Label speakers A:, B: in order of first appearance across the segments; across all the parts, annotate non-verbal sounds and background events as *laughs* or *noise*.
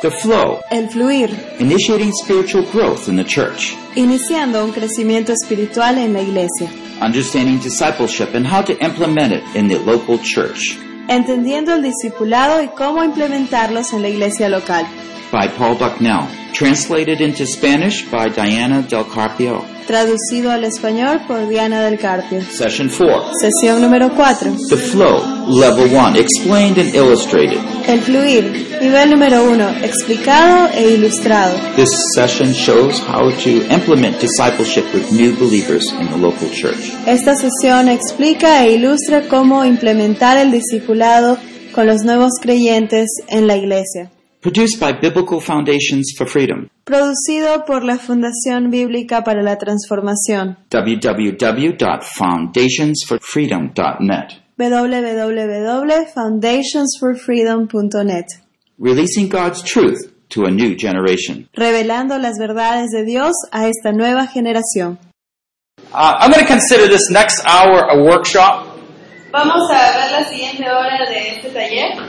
A: the flow,
B: el fluir,
A: initiating spiritual growth in the church,
B: iniciando un crecimiento espiritual en la iglesia,
A: understanding discipleship and how to implement it in the local church
B: entendiendo el discipulado y cómo implementarlos en la iglesia local.
A: by Paul Bucknell, translated into Spanish by Diana Del Carpio.
B: Traducido al español por Diana del Carpio.
A: Session 4.
B: Sesión número 4.
A: The flow, level 1, explained and illustrated.
B: El fluir. Nivel número 1. Explicado e ilustrado.
A: This session shows how to implement discipleship with new believers in the local church.
B: Esta sesión explica e ilustra cómo implementar el discipulado con los nuevos creyentes en la iglesia.
A: Produced by Biblical Foundations for Freedom,
B: Producido por la Fundación Bíblica para la Transformación.
A: www.foundationsforfreedom.net.
B: www.foundationsforfreedom.net
A: Releasing God's truth to a new generation.
B: revelando las verdades de Dios a esta nueva generación.
C: Uh, I'm going to consider this next hour a workshop.
D: Vamos a ver la siguiente hora de este taller.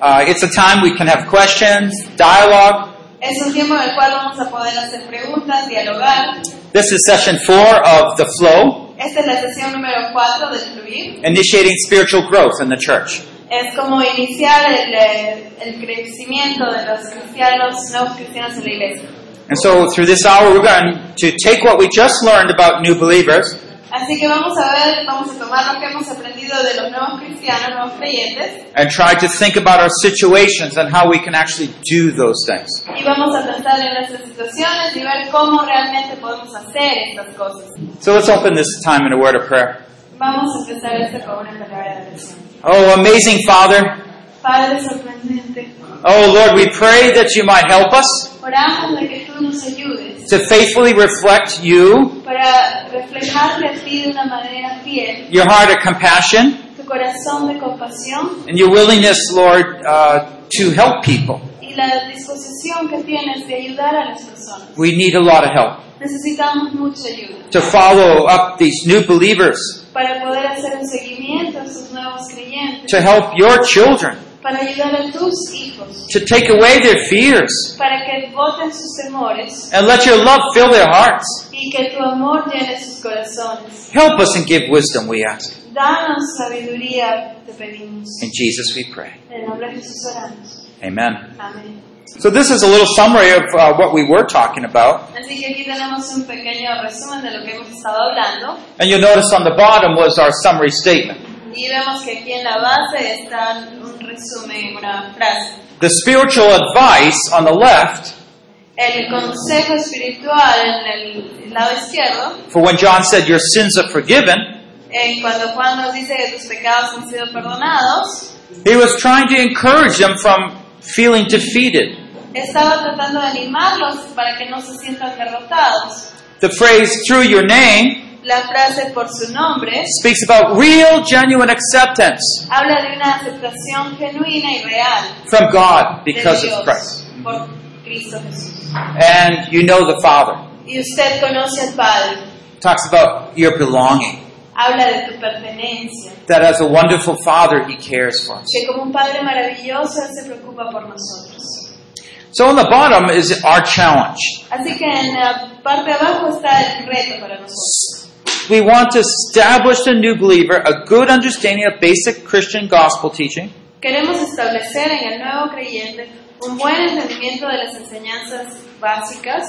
C: Uh, it's a time we can have questions, dialogue.
D: Es un tiempo en el cual vamos a poder hacer preguntas, dialogar.
C: This is session four of the flow,
D: Esta es la sesión número 4 del fluir.
C: initiating spiritual growth in the church.
D: Es como iniciar el, eh, el crecimiento de los cristianos, nuevos cristianos en la iglesia.
C: And so through this hour, we're going to take what we just learned about new believers
D: Así que vamos a ver, vamos a tomar lo que hemos aprendido de los nuevos cristianos, nuevos creyentes,
C: and try to think about our situations and how we can actually do those things.
D: y vamos a pensar en nuestras situaciones y ver cómo realmente podemos hacer estas cosas.
C: So let's open this time in a word of prayer.
D: Vamos a empezar esto con una palabra de oración.
C: Oh, amazing Father.
D: Padre sorprendente,
C: Oh, Lord, we pray that you might help us
D: oramos de que tú nos ayudes
C: to faithfully reflect you,
D: para reflejarte a ti de una manera fiel,
C: your heart of compassion,
D: tu corazón de compasión
C: and your willingness, Lord, uh, to help people.
D: y la disposición que tienes de ayudar a las personas.
C: We need a lot of help
D: Necesitamos mucha ayuda
C: to follow up these new believers,
D: para poder hacer un seguimiento a sus nuevos creyentes,
C: to help your children,
D: para ayudar a tus hijos,
C: to take away their fears,
D: para que voten sus temores
C: and let your love fill their hearts.
D: y que tu amor llene sus corazones.
C: Help us and give wisdom, we ask.
D: Danos sabiduría, te pedimos.
C: In Jesus we pray.
D: En el nombre de Jesús oramos.
C: Amen.
D: Amén.
C: So this is a little summary of uh, what we were talking about.
D: Así que aquí tenemos un pequeño resumen de lo que hemos estado hablando
C: And you'll notice on the bottom was our summary statement.
D: y vemos que aquí en la base está un resumen, una frase.
C: The spiritual advice on the left
D: El consejo espiritual en el lado izquierdo,
C: for when John said your sins are forgiven,
D: eh, cuando Juan nos dice que tus pecados han sido perdonados,
C: he was trying to encourage them from feeling defeated.
D: estaba tratando de animarlos para que no se sientan derrotados.
C: The phrase through your name
D: La frase por su nombre
C: speaks about real, genuine acceptance
D: habla de una aceptación genuina y real
C: from God
D: de
C: because of
D: Dios
C: Christ.
D: por Cristo Jesús.
C: And you know the Father.
D: Y usted conoce al Padre.
C: Talks about your belonging.
D: habla de tu pertenencia,
C: That as a wonderful Father, He cares for us.
D: que como un Padre maravilloso Él se preocupa por nosotros.
C: So on the bottom is our challenge.
D: Así que en la parte de abajo está el reto para nosotros.
C: We want to establish the new believer a good understanding of basic Christian gospel teaching.
D: Queremos establecer en el nuevo creyente un buen entendimiento de las enseñanzas básicas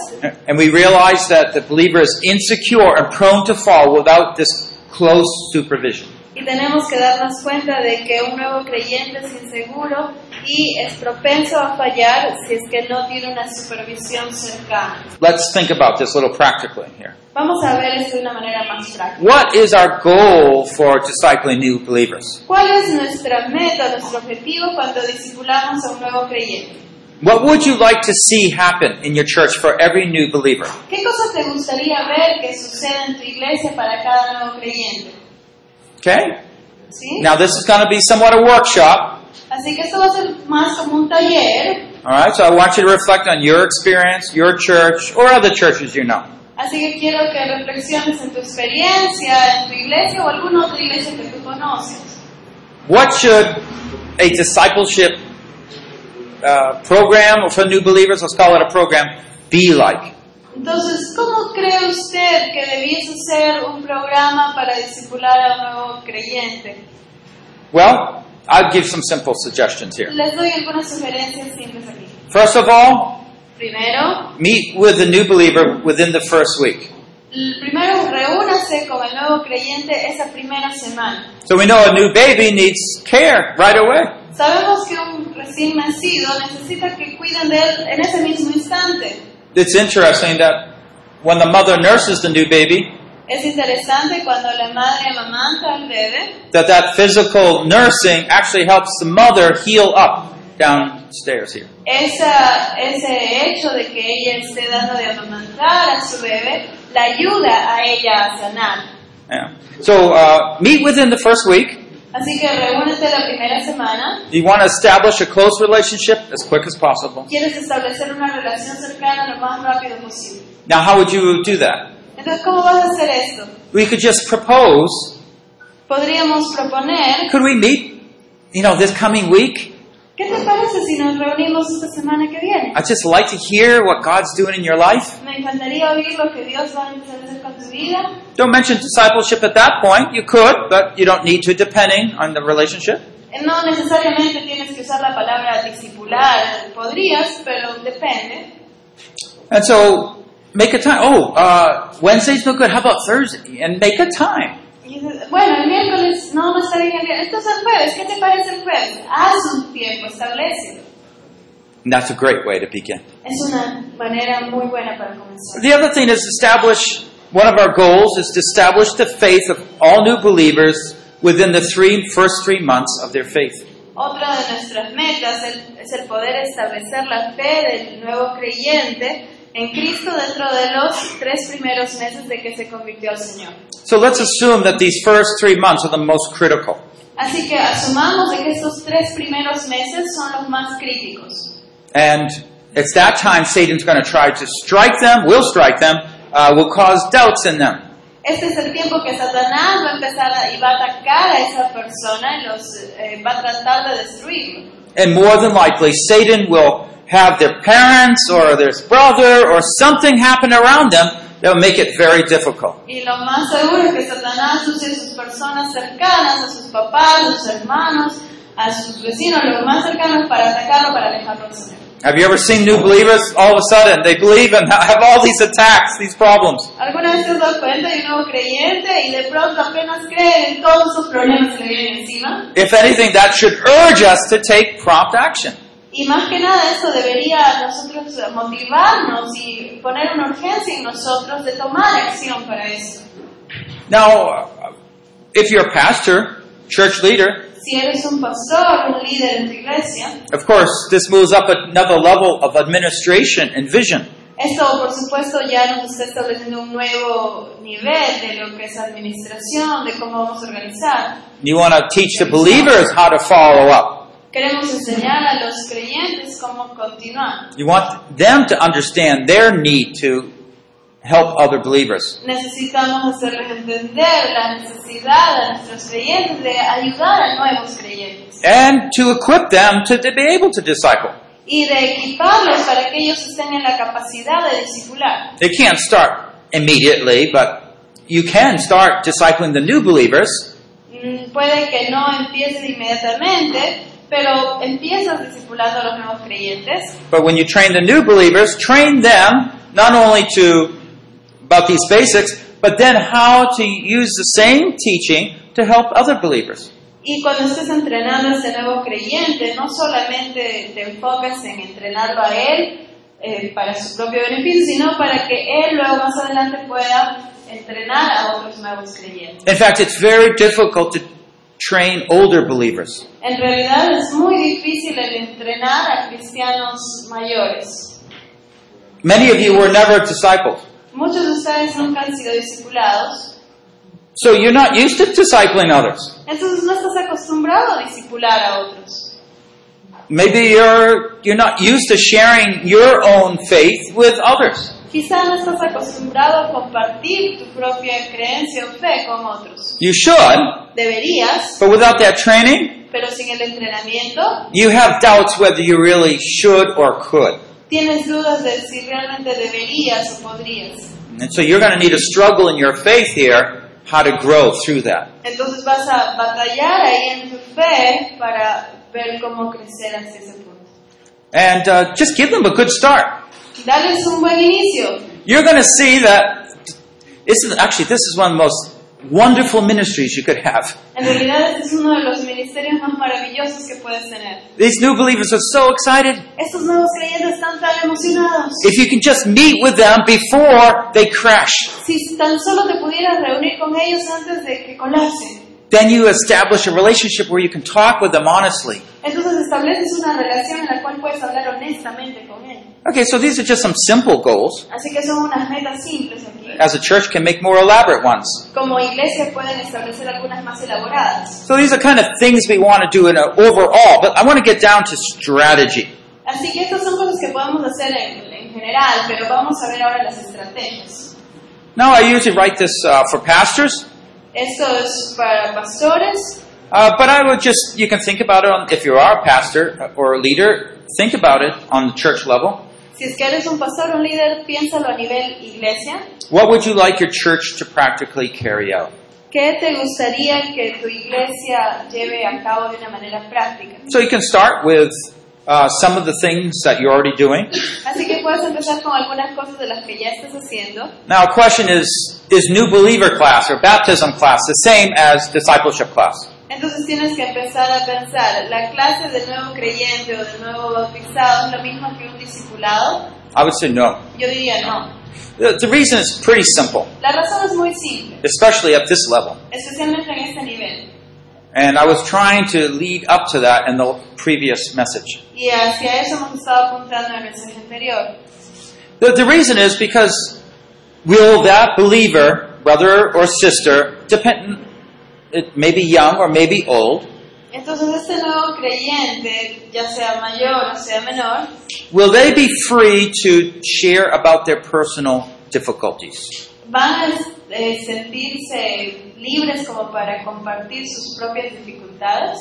C: And we realize that the believer is insecure and prone to fall without this close supervision.
D: y tenemos que darnos cuenta de que un nuevo creyente es inseguro y es propenso a fallar si es que no tiene una supervisión cercana.
C: Let's think about this a little practically here.
D: Vamos a ver esto de una manera más práctica.
C: What is our goal for discipling new believers?
D: ¿Cuál es nuestra meta, nuestro objetivo cuando discipulamos a un nuevo creyente?
C: What would you like to see happen in your church for every new believer?
D: ¿Qué cosas te gustaría ver que suceda en tu iglesia para cada nuevo creyente?
C: Okay?
D: ¿Sí?
C: Now this is going to be somewhat a workshop.
D: Así que esto va a ser más como un taller,
C: All right? So I want you to reflect on your experience, your church, or other churches you know.
D: así que quiero que reflexiones en tu experiencia, en tu iglesia o alguna otra iglesia que tú conoces.
C: What should a discipleship uh, program for new believers, let's call it a program, Be Like.
D: Entonces, ¿cómo cree usted que debiese ser un programa para discipular a un nuevo creyente?
C: Well, I'll give some simple suggestions here.
D: Les doy algunas sugerencias simples aquí.
C: First of all,
D: Primero,
C: meet with the new believer within the first week.
D: l- primero reúnase con el nuevo creyente esa primera semana.
C: So we know a new baby needs care right away.
D: Sabemos que un recién nacido necesita que cuiden de él en ese mismo instante.
C: It's interesting that when the mother nurses the new baby,
D: Es interesante cuando la madre amamanta al bebé,
C: that that physical nursing actually helps the mother heal up downstairs here.
D: esa, ese hecho de que ella esté dando de amamantar a su bebé, la ayuda a ella a sanar.
C: Yeah. So uh, meet within the first week.
D: Así que reúnete la primera semana.
C: You want to establish a close relationship as quick as possible.
D: Quieres establecer una relación cercana lo más rápido posible.
C: Now, how would you do that?
D: Entonces, ¿cómo vas a hacer esto?
C: We could just propose.
D: Podríamos proponer,
C: Could we meet? You know, this coming week.
D: ¿qué te parece si nos reunimos esta semana que viene?
C: I'd just like to hear what God's doing in your life.
D: Me encantaría oír lo que Dios va a empezar a hacer con tu vida.
C: Don't mention discipleship at that point. You could, but you don't need to, depending on the relationship.
D: No necesariamente tienes que usar la palabra discipular, podrías, pero depende.
C: And so make a time. Oh, uh, Wednesday's no good. How about Thursday? And make a time.
D: Y dices, bueno, el miércoles no, no está bien el miércoles. Entonces el jueves, ¿qué te parece el jueves? Haz un tiempo, establecelo.
C: And that's a great way to begin.
D: Es una manera muy buena para comenzar.
C: The other thing is establish one of our goals is to establish the faith of all new believers within the three first three months of their faith.
D: Otra de nuestras metas el- es el poder establecer la fe del nuevo creyente en Cristo dentro de los tres primeros meses de que se convirtió al Señor.
C: So let's assume that these first three months are the most critical.
D: Así que asumamos de que estos tres primeros meses son los más críticos.
C: And it's that time Satan's going to try to strike them, will strike them, uh, will cause doubts in them.
D: Este es el tiempo que Satanás va a empezar a- y va a atacar a esa persona y los, eh, va a tratar de destruirlo.
C: And more than likely, Satan will have their parents or their brother or something happen around them that will make it very difficult.
D: Y lo más seguro es que Satanás use a sus personas cercanas, a sus papás, a sus hermanos, a sus vecinos, los más cercanos para atacarlo, para alejarlo del Señor.
C: Have you ever seen new believers? All of a sudden, they believe and *laughs* have all these attacks, these problems.
D: ¿Alguna vez te has dado cuenta de un nuevo creyente y de pronto apenas cree en todos sus problemas que le vienen encima?
C: If anything, that should urge us to take prompt action.
D: Y más que nada eso debería a nosotros motivarnos y poner una urgencia en nosotros de tomar acción para eso.
C: Now, uh, if you're a pastor, church leader,
D: Si eres un pastor, un líder en tu iglesia,
C: of course, this moves up another level of administration and vision.
D: esto por supuesto ya nos está estableciendo un nuevo nivel de lo que es administración, de cómo vamos a organizar.
C: You want to teach the believers how to follow up.
D: Queremos enseñar a los creyentes cómo continuar.
C: You want them to understand their need to help other believers.
D: Necesitamos hacerles entender la necesidad a nuestros creyentes de ayudar a nuevos creyentes
C: And to equip them to, to be able to disciple.
D: y de equiparlos para que ellos estén en la capacidad de discipular.
C: They can't start immediately, but you can start discipling the new believers
D: Mm, Puede que no empieces inmediatamente, pero empiezas discipulando a los nuevos creyentes.
C: But when you train the new believers, train them not only to about these basics, but then how to use the same teaching to help other believers.
D: Y cuando estés entrenando a ese nuevo creyente, no solamente te enfocas en entrenarlo a él eh, para su propio beneficio, sino para que él luego más adelante pueda entrenar a otros nuevos creyentes.
C: In fact, it's very difficult to train older believers.
D: En realidad es muy difícil el entrenar a cristianos mayores.
C: Many of you were never disciples.
D: Muchos de ustedes nunca han sido discipulados.
C: So you're not used to discipling others.
D: Entonces no estás acostumbrado a discipular a otros.
C: Maybe you're, you're not used to sharing your own faith with others.
D: Quizá no estás acostumbrado a compartir tu propia creencia o fe con otros.
C: You should,
D: Deberías,
C: but without that training,
D: pero sin el entrenamiento
C: you have doubts whether you really should or could.
D: tienes dudas de si realmente deberías o podrías.
C: And so you're going to need a struggle in your faith here, how to grow through that.
D: Entonces vas a batallar ahí en tu fe para ver cómo crecer hacia ese punto.
C: And uh, just give them a good start.
D: Dales un buen inicio.
C: You're going to see that. This is actually this is one of the most wonderful ministries you could have.
D: En realidad este es uno de los ministerios más maravillosos que puedes tener.
C: These new believers are so excited.
D: Estos nuevos creyentes están tan emocionados.
C: If you can just meet with them before they crash,
D: Si tan solo te pudieras reunir con ellos antes de que colapsen,
C: then you establish a relationship where you can talk with them honestly.
D: entonces estableces una relación en la cual puedes hablar honestamente con él.
C: Okay, so these are just some simple goals.
D: Así que son unas metas simples aquí.
C: As a church can make more elaborate ones.
D: Como iglesias pueden establecer algunas más elaboradas.
C: So these are kind of things we want to do in an overall, but I want to get down to strategy.
D: Así que estas son cosas que podemos hacer en, en general, pero vamos a ver ahora las estrategias.
C: Now I usually write this uh, for pastors,
D: Esto es para pastores,
C: uh, but I would just you can think about it on, if you are a pastor or a leader. Think about it on the church level.
D: Si es que eres un pastor o un líder, piénsalo a nivel iglesia.
C: What would you like your church to practically carry out?
D: ¿Qué te gustaría que tu iglesia lleve a cabo de una manera práctica?
C: So you can start with uh, some of the things that you're already doing.
D: Así que puedes empezar con algunas cosas de las que ya estás haciendo.
C: Now, a question is: Is new believer class or baptism class the same as discipleship class?
D: Entonces tienes que empezar a pensar, ¿la clase del nuevo creyente o del nuevo bautizado es lo mismo que un discipulado?
C: I would say no.
D: Yo diría no.
C: The, the reason is pretty simple,
D: La razón es muy simple,
C: especially at this level.
D: especialmente en este nivel.
C: And I was trying to lead up to that in the previous message.
D: Y hacia eso hemos estado apuntando en el mensaje anterior.
C: The, the reason is because will that believer, brother or sister, depend, it may be young or maybe old,
D: Entonces este nuevo creyente, ya sea mayor o sea menor,
C: will they be free to share about their personal difficulties?
D: van a eh, sentirse libres como para compartir sus propias dificultades.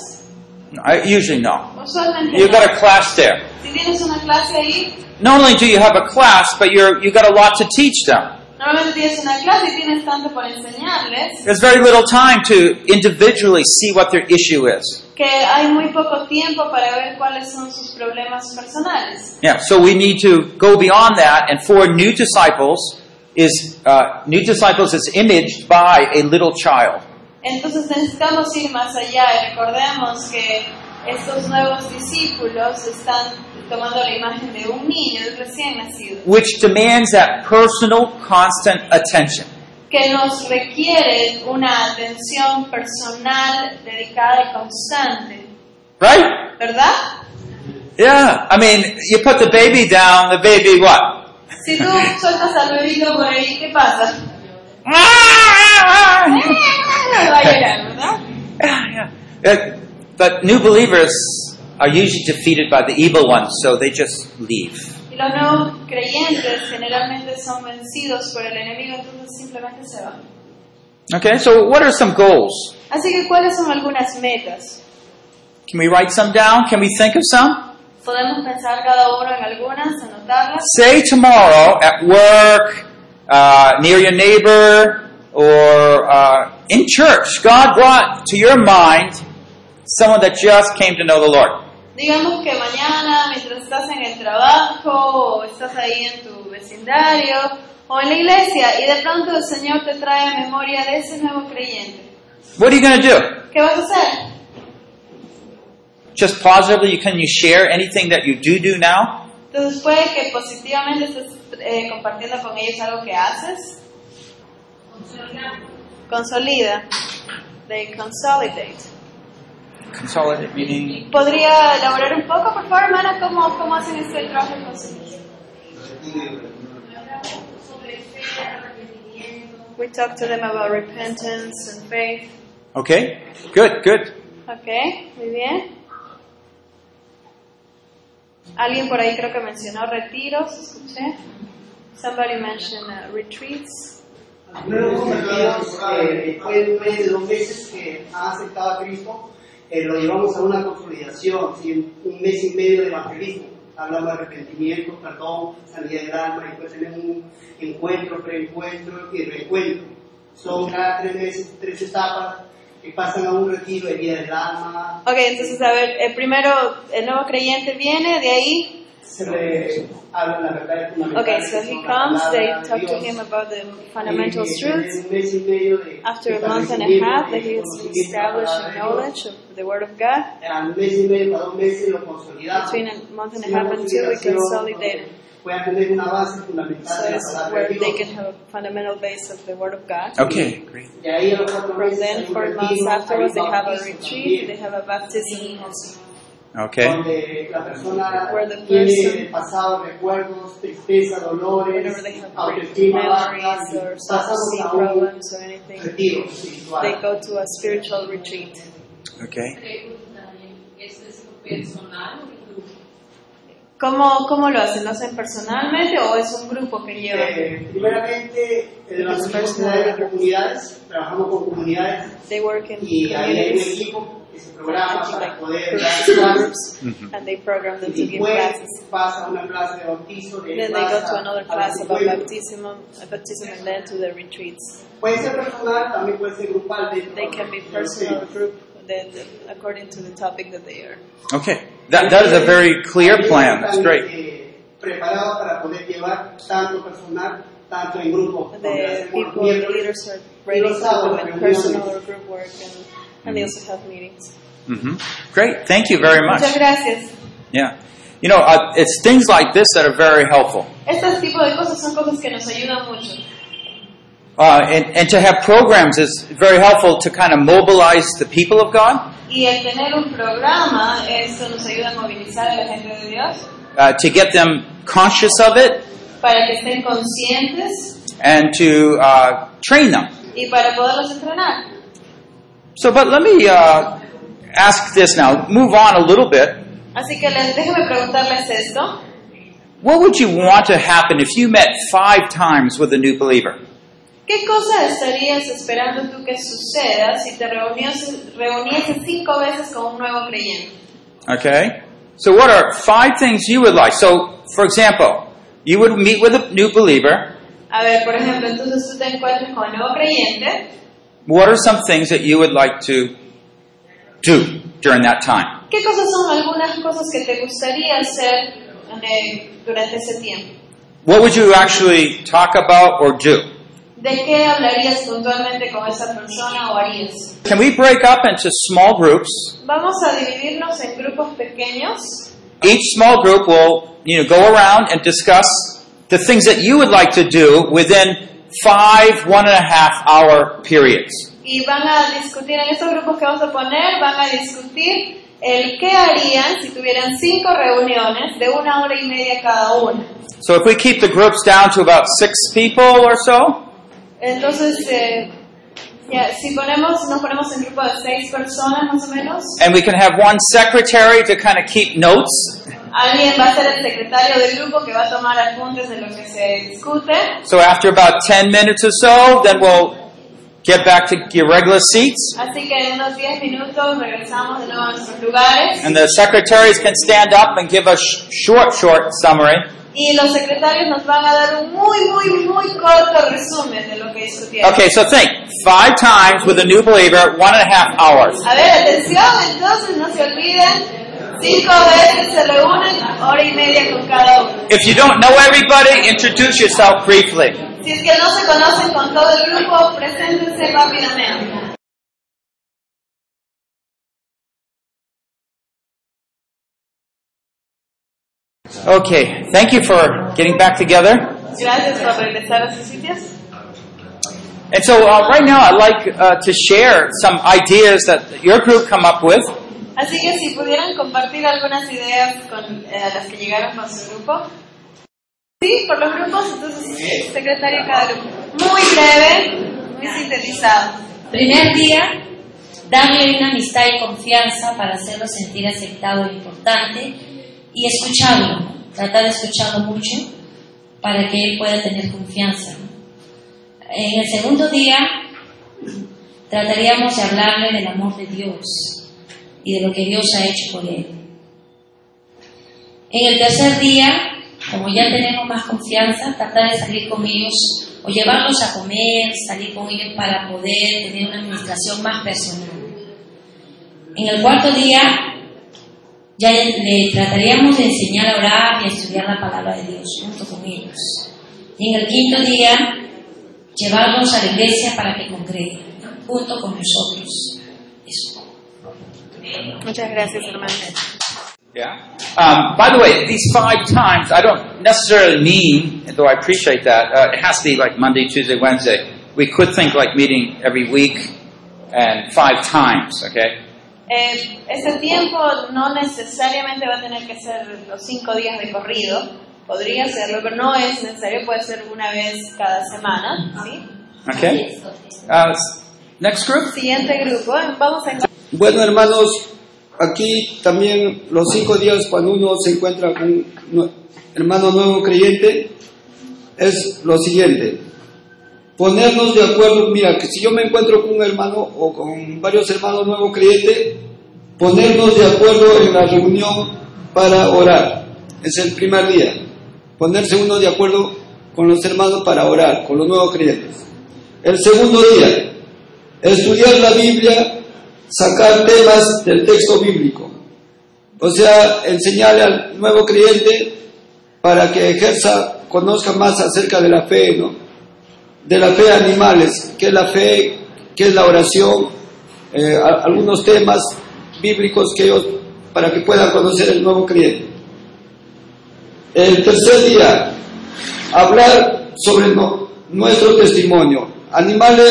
C: I, usually no.
D: Usualmente
C: You've
D: no.
C: got a class there.
D: si tienes una clase ahí,
C: Not only do you have a class, but you're, you've got a lot to teach them.
D: normalmente tienes una clase y tienes tanto por enseñarles
C: There's very little time to individually see what their issue is.
D: que hay muy poco tiempo para ver cuáles son sus problemas personales.
C: Yeah, so we need to go beyond that, and for new disciples is uh, new disciples is imaged by a little child.
D: Entonces necesitamos ir más allá y recordemos que estos nuevos discípulos están tomando la imagen de un niño, de un recién nacido.
C: Which demands that personal, constant attention.
D: que nos requiere una atención personal dedicada y constante,
C: Right?
D: ¿verdad?
C: Yeah. I mean, you put the baby down, the baby what?
D: Si tú sueltas al bebito por ahí, ¿qué pasa? Va a llorar, ¿verdad?
C: Yeah, yeah. Uh, But new believers are usually defeated by the evil ones, so they just leave.
D: Y los nuevos creyentes generalmente son vencidos por el enemigo, entonces simplemente se van.
C: Okay, so what are some goals?
D: Así que, ¿cuáles son algunas metas?
C: Can we write some down? Can we think of some?
D: Podemos pensar cada uno en algunas, anotarlas.
C: say tomorrow at work, uh, near your neighbor, or uh, in church, God brought to your mind someone that just came to know the Lord.
D: Digamos que mañana, mientras estás en el trabajo, o estás ahí en tu vecindario, o en la iglesia, y de pronto el Señor te trae a memoria de ese nuevo creyente.
C: What are you going to do?
D: ¿Qué vas a hacer?
C: Just positively, can you share anything that you do do now?
D: Entonces puede que positivamente estés eh, compartiendo con ellos algo que haces. Consolida. They consolidate.
C: Consolidate meaning.
D: ¿Podría elaborar un poco, por favor, hermana, cómo, cómo hacen este trabajo de consolidación? We talked to them about repentance and faith.
C: Okay, good, good.
D: Okay, muy bien. Alguien por ahí creo que mencionó retiros, escuché. Somebody mentioned uh, retreats.
E: Algunos compañeros eh, después de un mes, de dos meses que ha aceptado a Cristo, eh, lo llevamos a una consolidación, ¿sí? un mes y medio de evangelismo. Hablamos de arrepentimiento, perdón, sanidad del alma, y después tenemos un encuentro, preencuentro y reencuentro. Son cada tres meses, tres etapas que pasan a un retiro de vida del alma,
D: Ok, entonces a ver, eh, primero el nuevo creyente viene, de ahí,
E: se le habla la verdad fundamental.
D: ok, so he comes, they talk to him about the fundamental truths. After a month and a half, that he was established in knowledge of the Word of God.
E: Al mes y medio, a dos meses lo consolidamos.
D: Between a month and a half and two, we consolidate.
E: Puedan tener una base fundamental
D: So
E: de la
D: this is
E: palabra
D: where
E: de
D: they can
E: Dios.
D: have a fundamental base of the Word of God.
C: Okay, great.
E: De ahí a los cuatro
D: From
E: meses,
D: then,
E: hay un
D: four months
E: retiro,
D: afterwards, they
E: hay un
D: have a
E: bautismo
D: retreat, they
E: también,
D: have a baptism,
C: Okay.
E: Donde la persona
D: Where the
E: tiene
D: person-
E: del pasado recuerdos, tristeza, dolores,
D: whenever they have great
E: autoestima baja,
D: memories or
E: pasamos
D: sea
E: a un
D: problems or anything.
E: retiro espiritual.
D: They go to a spiritual retreat.
C: Okay.
F: Pregunta, ¿eso es personal o en grupo?
D: ¿Cómo, ¿Cómo lo hacen? ¿Lo hacen personalmente o es un grupo que llevan?
E: Eh, primeramente, el evangelismo se da en las comunidades, trabajamos con comunidades
D: They work in
E: y ahí hay un
D: communities
E: equipo que se programa para
D: *laughs*
E: poder dar clases
D: groups, and they program them to
E: y
D: give
E: después
D: classes.
E: pasa a una clase de bautizo, de
D: Then they go to
E: pasa
D: another
E: a
D: class
E: los
D: about
E: encuentros.
D: baptism, a baptism and then to the retreats.
E: Puede ser personal, también puede ser grupal. dentro
D: They
E: de
D: can be
E: los
D: personal
E: centros.
D: group then according to the topic that they are.
C: Okay. That, that is a very clear plan. That's
E: Están,
C: great.
E: eh, preparados para poder llevar tanto personal, tanto en grupo. donde
D: The
E: hacemos
D: people, the
E: miércoles
D: leaders are ready to
E: los sábados,
D: implement
E: reuniones.
D: personal or group work and, and they also have meetings.
C: hmm Great. Thank you very much.
D: Muchas gracias.
C: Yeah. You know, uh, it's things like this that are very helpful.
D: Estos tipos de cosas son cosas que nos ayudan mucho.
C: Uh, and, and to have programs is very helpful to kind of mobilize the people of God,
D: Y el tener un programa, eso nos ayuda a movilizar a la gente de Dios
C: uh, to get them conscious of it,
D: para que estén conscientes
C: and to uh, train them.
D: y para poderlos entrenar.
C: So, but let me uh, ask this now. Move on a little bit.
D: Así que les, déjenme preguntarles esto.
C: What would you want to happen if you met five times with a new believer?
D: ¿Qué cosa estarías esperando tú que suceda si te reunieses, reunieses cinco veces con un nuevo creyente?
C: Okay. So, what are five things you would like? So, for example, you would meet with a new believer.
D: A ver, por ejemplo, entonces tú te encuentras con un nuevo creyente.
C: What are some things that you would like to do during that time?
D: ¿Qué cosas son algunas cosas que te gustaría hacer eh, durante ese tiempo?
C: What would you actually talk about or do?
D: ¿De qué hablarías puntualmente con esa persona o harías?
C: Can we break up into small groups?
D: Vamos a dividirnos en grupos pequeños.
C: Each small group will, you know, go around and discuss the things that you would like to do within five one and a half hour periods.
D: y van a discutir, en estos grupos que vamos a poner, van a discutir el qué harían si tuvieran cinco reuniones de una hora y media cada una.
C: So if we keep the groups down to about six people or so,
D: Entonces, eh, ya, si ponemos, nos ponemos en grupo de seis personas más o menos,
C: and we can have one secretary to kind of keep notes,
D: alguien va a ser el secretario del grupo que va a tomar apuntes de lo que se discute.
C: so after about 10 minutes or so, then we'll get back to your regular seats,
D: Así que en unos 10 minutos regresamos de nuevo a nuestros lugares.
C: and the secretaries can stand up and give a sh- short, short summary.
D: Y los secretarios nos van a dar un muy, muy, muy corto resumen de lo que discutieron.
C: Okay, so think. Five times with a new believer, one and a half hours.
D: A ver, atención, entonces no se olviden, cinco veces se reúnen, hora y media con cada uno.
C: If you don't know everybody, introduce yourself briefly.
D: Si es que no se conocen con todo el grupo, preséntense rápidamente.
C: Okay, thank you for getting back together.
D: Gracias por regresar a sus sitios.
C: And so uh, right now I'd like uh, to share some ideas that your group come up with.
D: Así que si pudieran compartir algunas ideas con eh, las que llegaron con su grupo. Sí, por los grupos, entonces secretario de cada grupo. Muy breve, muy sintetizado.
F: Primer día, darle una amistad y confianza para hacerlo sentir aceptado e importante y escucharlo, tratar de escucharlo mucho para que él pueda tener confianza. En el segundo día trataríamos de hablarle del amor de Dios y de lo que Dios ha hecho por él. En el tercer día, como ya tenemos más confianza, tratar de salir con ellos o llevarlos a comer, salir con ellos para poder tener una administración más personal. En el cuarto día ya le trataríamos de enseñar a orar y a estudiar la palabra de Dios junto con ellos. Y en el quinto día llevarlos a la iglesia para que congreguen junto con nosotros. Eso.
B: Muchas gracias, hermana.
A: Yeah. Um, by the way, these five times, I don't necessarily mean, though I appreciate that, uh, it has to be like Monday, Tuesday, Wednesday. We could think like meeting every week and five times, okay?
D: Eh, ese tiempo no necesariamente va a tener que ser los cinco días de corrido, podría serlo, pero no es necesario, puede ser una vez cada semana. ¿sí?
A: Okay? Uh, s- next group.
D: Siguiente grupo, vamos a encontrar
G: Bueno, hermanos, aquí también los cinco días cuando uno se encuentra con un nue- hermano nuevo creyente es lo siguiente. Ponernos de acuerdo, mira, que si yo me encuentro con un hermano o con varios hermanos nuevos creyentes, ponernos de acuerdo en la reunión para orar. Es el primer día. Ponerse uno de acuerdo con los hermanos para orar, con los nuevos creyentes. El segundo día, estudiar la Biblia, sacar temas del texto bíblico. O sea, enseñarle al nuevo creyente para que ejerza, conozca más acerca de la fe, ¿no? De la fe de animales, qué es la fe, qué es la oración, eh, a- algunos temas bíblicos que ellos, para que puedan conocer el nuevo creyente. El tercer día, hablar sobre no- nuestro testimonio. Animarle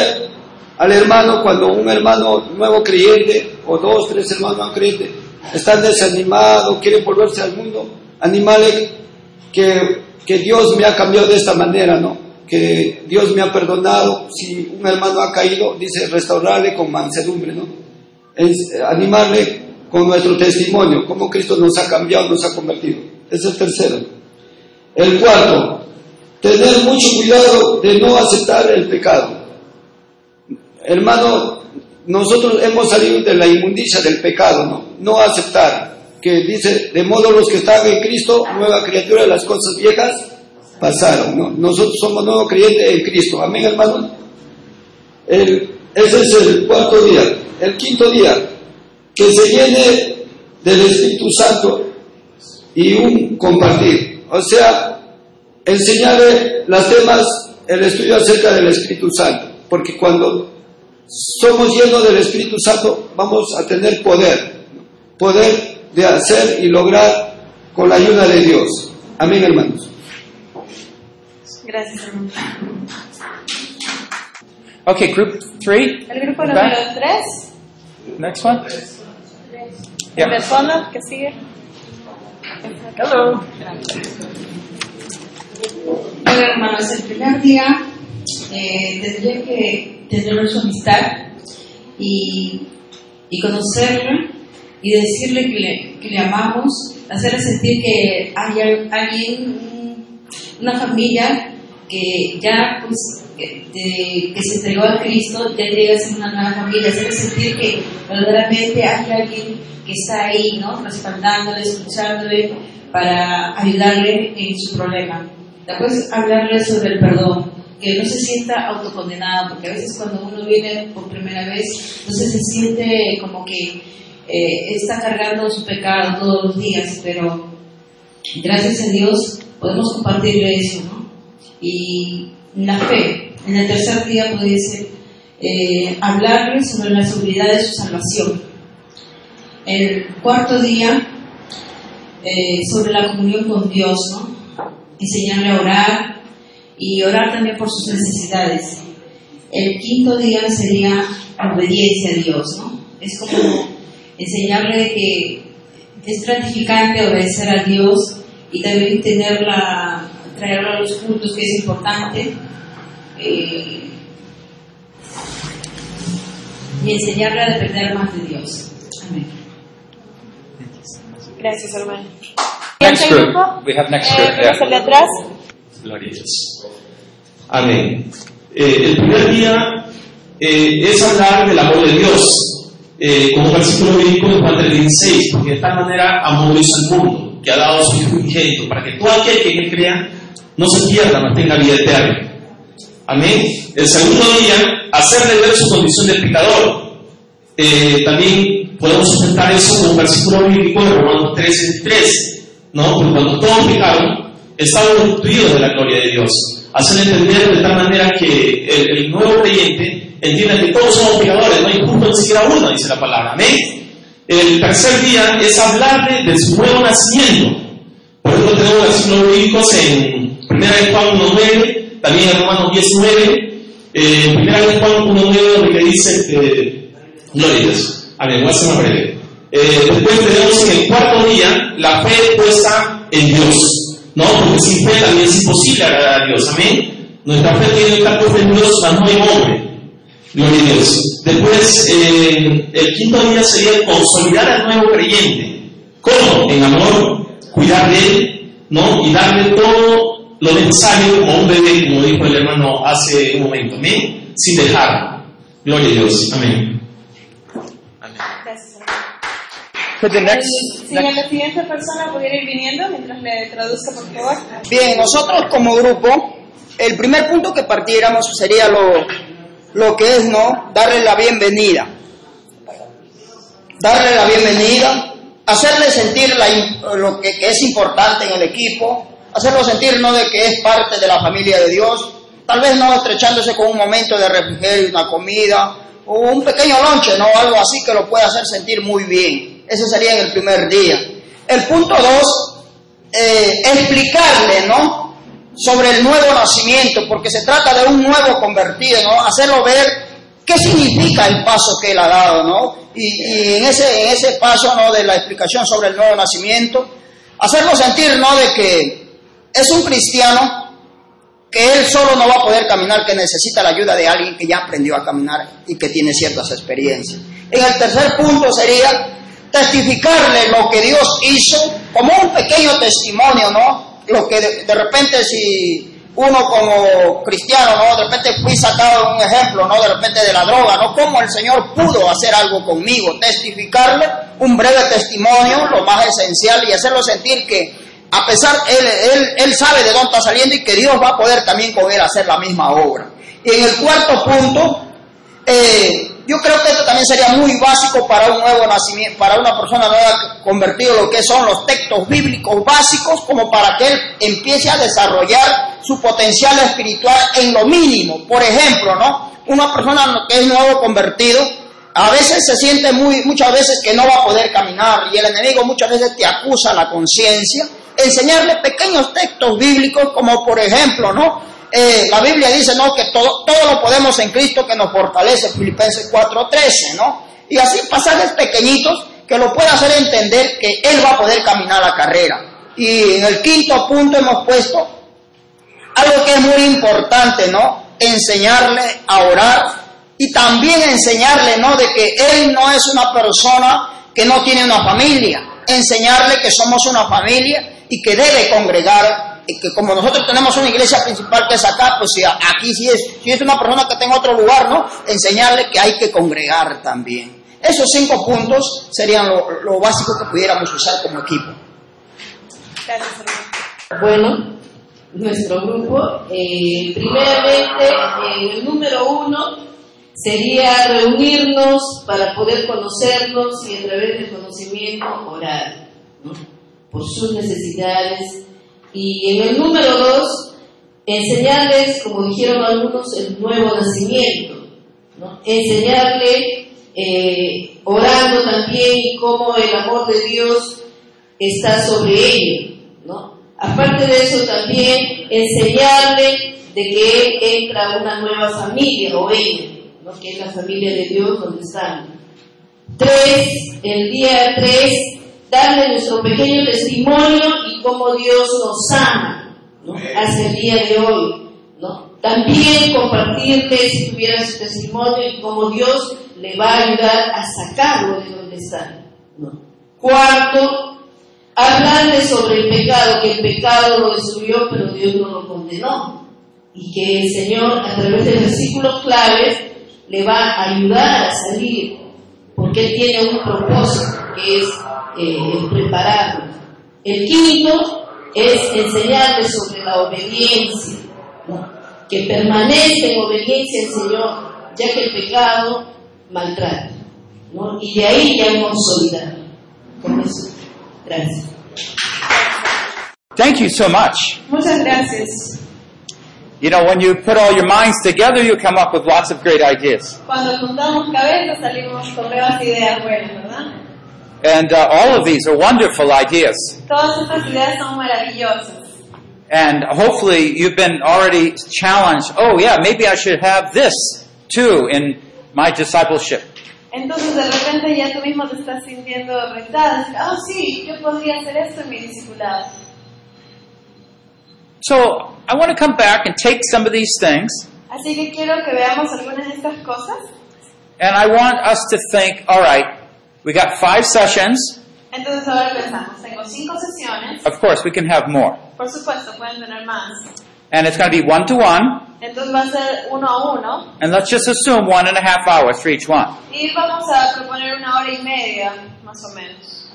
G: al hermano cuando un hermano nuevo creyente o dos, tres hermanos nuevos creyentes están desanimados, quieren volverse al mundo. Animarle que, que Dios me ha cambiado de esta manera, ¿no? Que Dios me ha perdonado. Si un hermano ha caído, dice restaurarle con mansedumbre, ¿no? Es, eh, animarle con nuestro testimonio, cómo Cristo nos ha cambiado, nos ha convertido. Es el tercero. El cuarto, tener mucho cuidado de no aceptar el pecado. Hermano, nosotros hemos salido de la inmundicia del pecado, ¿no? No aceptar. Que dice, de modo los que están en Cristo, nueva criatura, las cosas viejas pasaron, ¿no? Nosotros somos nuevos creyentes en Cristo. Amén, hermano. El- ese es el cuarto día. El quinto día, que se llene del Espíritu Santo y un compartir. O sea, enseñarle las temas, el estudio acerca del Espíritu Santo. Porque cuando somos llenos del Espíritu Santo, vamos a tener poder. ¿no? Poder de hacer y lograr con la ayuda de Dios. Amén, hermanos.
D: Gracias, hermano.
A: Okay, group three.
D: El grupo
A: Va.
D: número 3,
A: Next one.
D: el
A: Yeah.
D: persona que sigue.
A: Hello.
H: Bueno, hermanos, el primer día eh, tendría que tener su amistad y, y conocerlo y decirle que le, que le amamos, hacerle sentir que hay al- alguien, un- una familia que ya pues, que, de- que se entregó a Cristo, ya llega a ser una nueva familia, hacerle sentir que verdaderamente hay alguien que está ahí, ¿no? Respaldándole, escuchándole para ayudarle en su problema. Después hablarle sobre el perdón, que no se sienta autocondenado, porque a veces cuando uno viene por primera vez, entonces se siente como que eh, está cargando su pecado todos los días, pero gracias a Dios podemos compartirle eso, ¿no? Y la fe, en el tercer día pudiese eh, hablarle sobre la seguridad de su salvación. El cuarto día, eh, sobre la comunión con Dios, ¿no? enseñarle a orar y orar también por sus necesidades. El quinto día sería la obediencia a Dios, ¿no? Es como enseñarle que es gratificante obedecer a Dios y también tener la, traerlo a los puntos que es importante. eh, y enseñarle a depender más de Dios. Amén.
D: Gracias, hermano.
A: Next
D: Siguiente
A: group.
D: grupo,
A: We have next
D: eh,
A: group.
D: vamos
A: Yeah.
D: al de atrás.
I: Gloria a Dios. Amén. Eh, el primer día eh, es hablar del amor de Dios, eh, como versículo bíblico de Juan 3.16, porque de tal manera amó Dios al mundo, que ha dado su Hijo unigénito, para que todo aquel que en él crea no se pierda, mas tenga vida eterna. Amén. El segundo día, hacerle ver su condición de pecador. Eh, también podemos sustentar eso con un versículo bíblico de Romanos 3.3, ¿no? Porque cuando todos pecaron, estamos destituidos de la gloria de Dios. Hacer entender de tal manera que el, el nuevo creyente entienda que todos somos pecadores, no hay justo ni siquiera uno, dice la palabra. Amén. El tercer día es hablarle de su nuevo nacimiento. Por eso tenemos versículos bíblicos en 1 Juan 1.9, también en Romanos 19, eh, 1 Juan 1.9 donde dice, eh, gloria a Dios. Amén, voy a hacer una breve. Eh, después tenemos en el cuarto día la fe puesta en Dios. ¿no? Porque sin fe también es imposible agradar a Dios, amén. Nuestra fe tiene que estar puesta en Dios, no en hombre. Gloria a Dios. Después, eh, el quinto día sería consolidar al nuevo creyente. ¿Cómo? En amor, cuidar de él, ¿no? Y darle todo lo necesario como un bebé, como dijo el hermano hace un momento, amén. Sin dejar. Gloria a Dios, amén.
C: Could the next,
D: Si a la siguiente persona pudiera ir viniendo mientras le traduzca, por favor.
J: Bien, nosotros como grupo, el primer punto que partiéramos sería lo, lo que es, ¿no? Darle la bienvenida. Darle la bienvenida, hacerle sentir la im- lo que, que es importante en el equipo, hacerlo sentir, ¿no? De que es parte de la familia de Dios, tal vez no estrechándose con un momento de refrigerio, una comida, o un pequeño lonche, ¿no? Algo así que lo pueda hacer sentir muy bien. Ese sería en el primer día. El punto dos, eh, explicarle, ¿no? Sobre el nuevo nacimiento, porque se trata de un nuevo convertido, ¿no? Hacerlo ver qué significa el paso que él ha dado, ¿no? Y, y en, ese, en ese paso, ¿no? De la explicación sobre el nuevo nacimiento, hacerlo sentir, ¿no? De que es un cristiano que él solo no va a poder caminar, que necesita la ayuda de alguien que ya aprendió a caminar y que tiene ciertas experiencias. En el tercer punto sería testificarle lo que Dios hizo como un pequeño testimonio, ¿no? Lo que de, de repente si uno como cristiano, ¿no? De repente fui sacado un ejemplo, ¿no? De repente de la droga, ¿no? Cómo el Señor pudo hacer algo conmigo, testificarle un breve testimonio, lo más esencial, y hacerlo sentir que a pesar, él, él, él sabe de dónde está saliendo y que Dios va a poder también con él hacer la misma obra. Y en el cuarto punto, eh, yo creo que esto también sería muy básico para un nuevo nacimiento, para una persona nueva convertida, lo que son los textos bíblicos básicos, como para que él empiece a desarrollar su potencial espiritual en lo mínimo. Por ejemplo, ¿no? Una persona que es nuevo convertido, a veces se siente muy, muchas veces que no va a poder caminar y el enemigo muchas veces te acusa la conciencia. Enseñarle pequeños textos bíblicos como por ejemplo, ¿no? Eh, la Biblia dice, ¿no? Que todo, todo lo podemos en Cristo que nos fortalece, Filipenses 4.13, ¿no? Y así pasajes pequeñitos que lo pueda hacer entender que él va a poder caminar la carrera. Y en el quinto punto hemos puesto algo que es muy importante, ¿no? Enseñarle a orar y también enseñarle, ¿no? De que él no es una persona que no tiene una familia. Enseñarle que somos una familia y que debe congregar. Y que como nosotros tenemos una iglesia principal que es acá, pues si a- aquí si es, si es una persona que tenga otro lugar, ¿no? Enseñarle que hay que congregar también. Esos cinco puntos serían lo, lo básico que pudiéramos usar como equipo.
D: Gracias, hermano.
H: Bueno, nuestro grupo, eh, primeramente, eh, el número uno sería reunirnos para poder conocernos y a través del conocimiento orar, ¿no? por sus necesidades. Y en el número dos, enseñarles, como dijeron algunos, el nuevo nacimiento, ¿no? enseñarle, eh, orando también, cómo el amor de Dios está sobre ello, ¿no? Aparte de eso también enseñarle de que él entra a una nueva familia o ella, ¿no? que es la familia de Dios donde están. Tres, el día tres, darle nuestro pequeño testimonio y cómo Dios nos ama ¿no? hasta el día de hoy. ¿no? También compartirle si tuviera su testimonio y cómo Dios le va a ayudar a sacarlo de donde está. ¿no? Cuarto, hablarle sobre el pecado, que el pecado lo destruyó, pero Dios no lo condenó. Y que el Señor, a través de versículos claves, le va a ayudar a salir, porque Él tiene un propósito, que es eh, prepararlo. El quinto es enseñarle sobre la obediencia, ¿no? que permanece en obediencia al Señor, ya que el pecado maltrata. ¿no? Y de ahí ya consolidado. Con eso. Gracias.
C: Thank you so much.
H: Muchas gracias.
C: You know, when you put all your minds together, you come up with lots of great ideas.
D: Cuando juntamos cabezas salimos con nuevas ideas buenas, ¿verdad?
C: And uh, all of these are wonderful ideas.
D: Todas estas ideas son maravillosas.
C: And hopefully you've been already challenged. Oh, yeah, maybe I should have this too in my discipleship.
D: Entonces de repente ya tú mismo te estás sintiendo retada. Ah, oh, sí, yo podría hacer esto en mi discipulado.
C: So I want to come back and take some of these things,
D: Así que quiero que veamos algunas de estas cosas.
C: and I want us to think all right, we got five sessions.
D: Entonces ahora pensamos, tengo cinco sesiones,
C: Of course, we can have more.
D: por supuesto pueden tener más.
C: And it's going to be one to one,
D: Entonces va a ser uno a uno
C: and let's just assume one and a half hours for each one.
D: y vamos a proponer una hora y media, más o menos.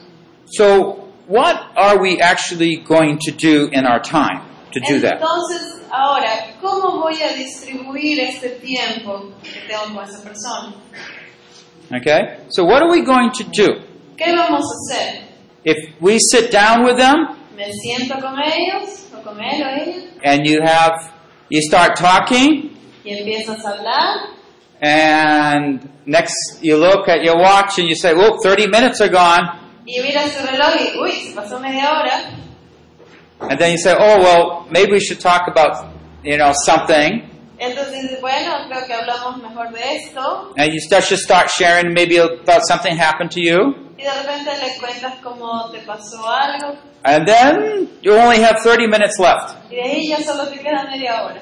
C: So, what are we actually going to do in our time to do that?
D: Entonces ahora, ¿cómo voy a distribuir este tiempo que tengo con esa persona?
C: Okay? So, what are we going to do?
D: ¿Qué vamos a hacer?
C: If we sit down with them
D: ¿Me siento con ellos o con él o ella?
C: and you have, you start talking,
D: Y empiezas a hablar
C: and next you look at your watch and you say, well, 30 minutes are gone.
D: y miras tu reloj y, uy, se pasó media hora.
C: And then you say, oh, well, maybe we should talk about, you know, something.
D: Entonces dices, bueno, creo que hablamos mejor de esto.
C: And you start, just start sharing maybe about something happened to you.
D: Y de repente le cuentas cómo te pasó algo.
C: And then you only have 30 minutes left.
D: Y de ahí ya solo te queda media hora.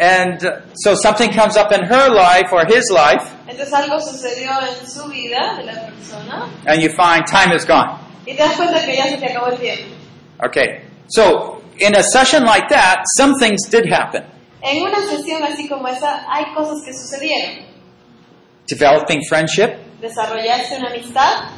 C: And uh, so something comes up in her life or his life,
D: Entonces algo sucedió en su vida de la persona.
C: and you find time is gone.
D: Y te das cuenta que ya se te acabó el tiempo.
C: Okay. So in a session like that, some things did happen.
D: En una sesión así como esa hay cosas que sucedieron.
C: Developing friendship,
D: Desarrollaste una amistad,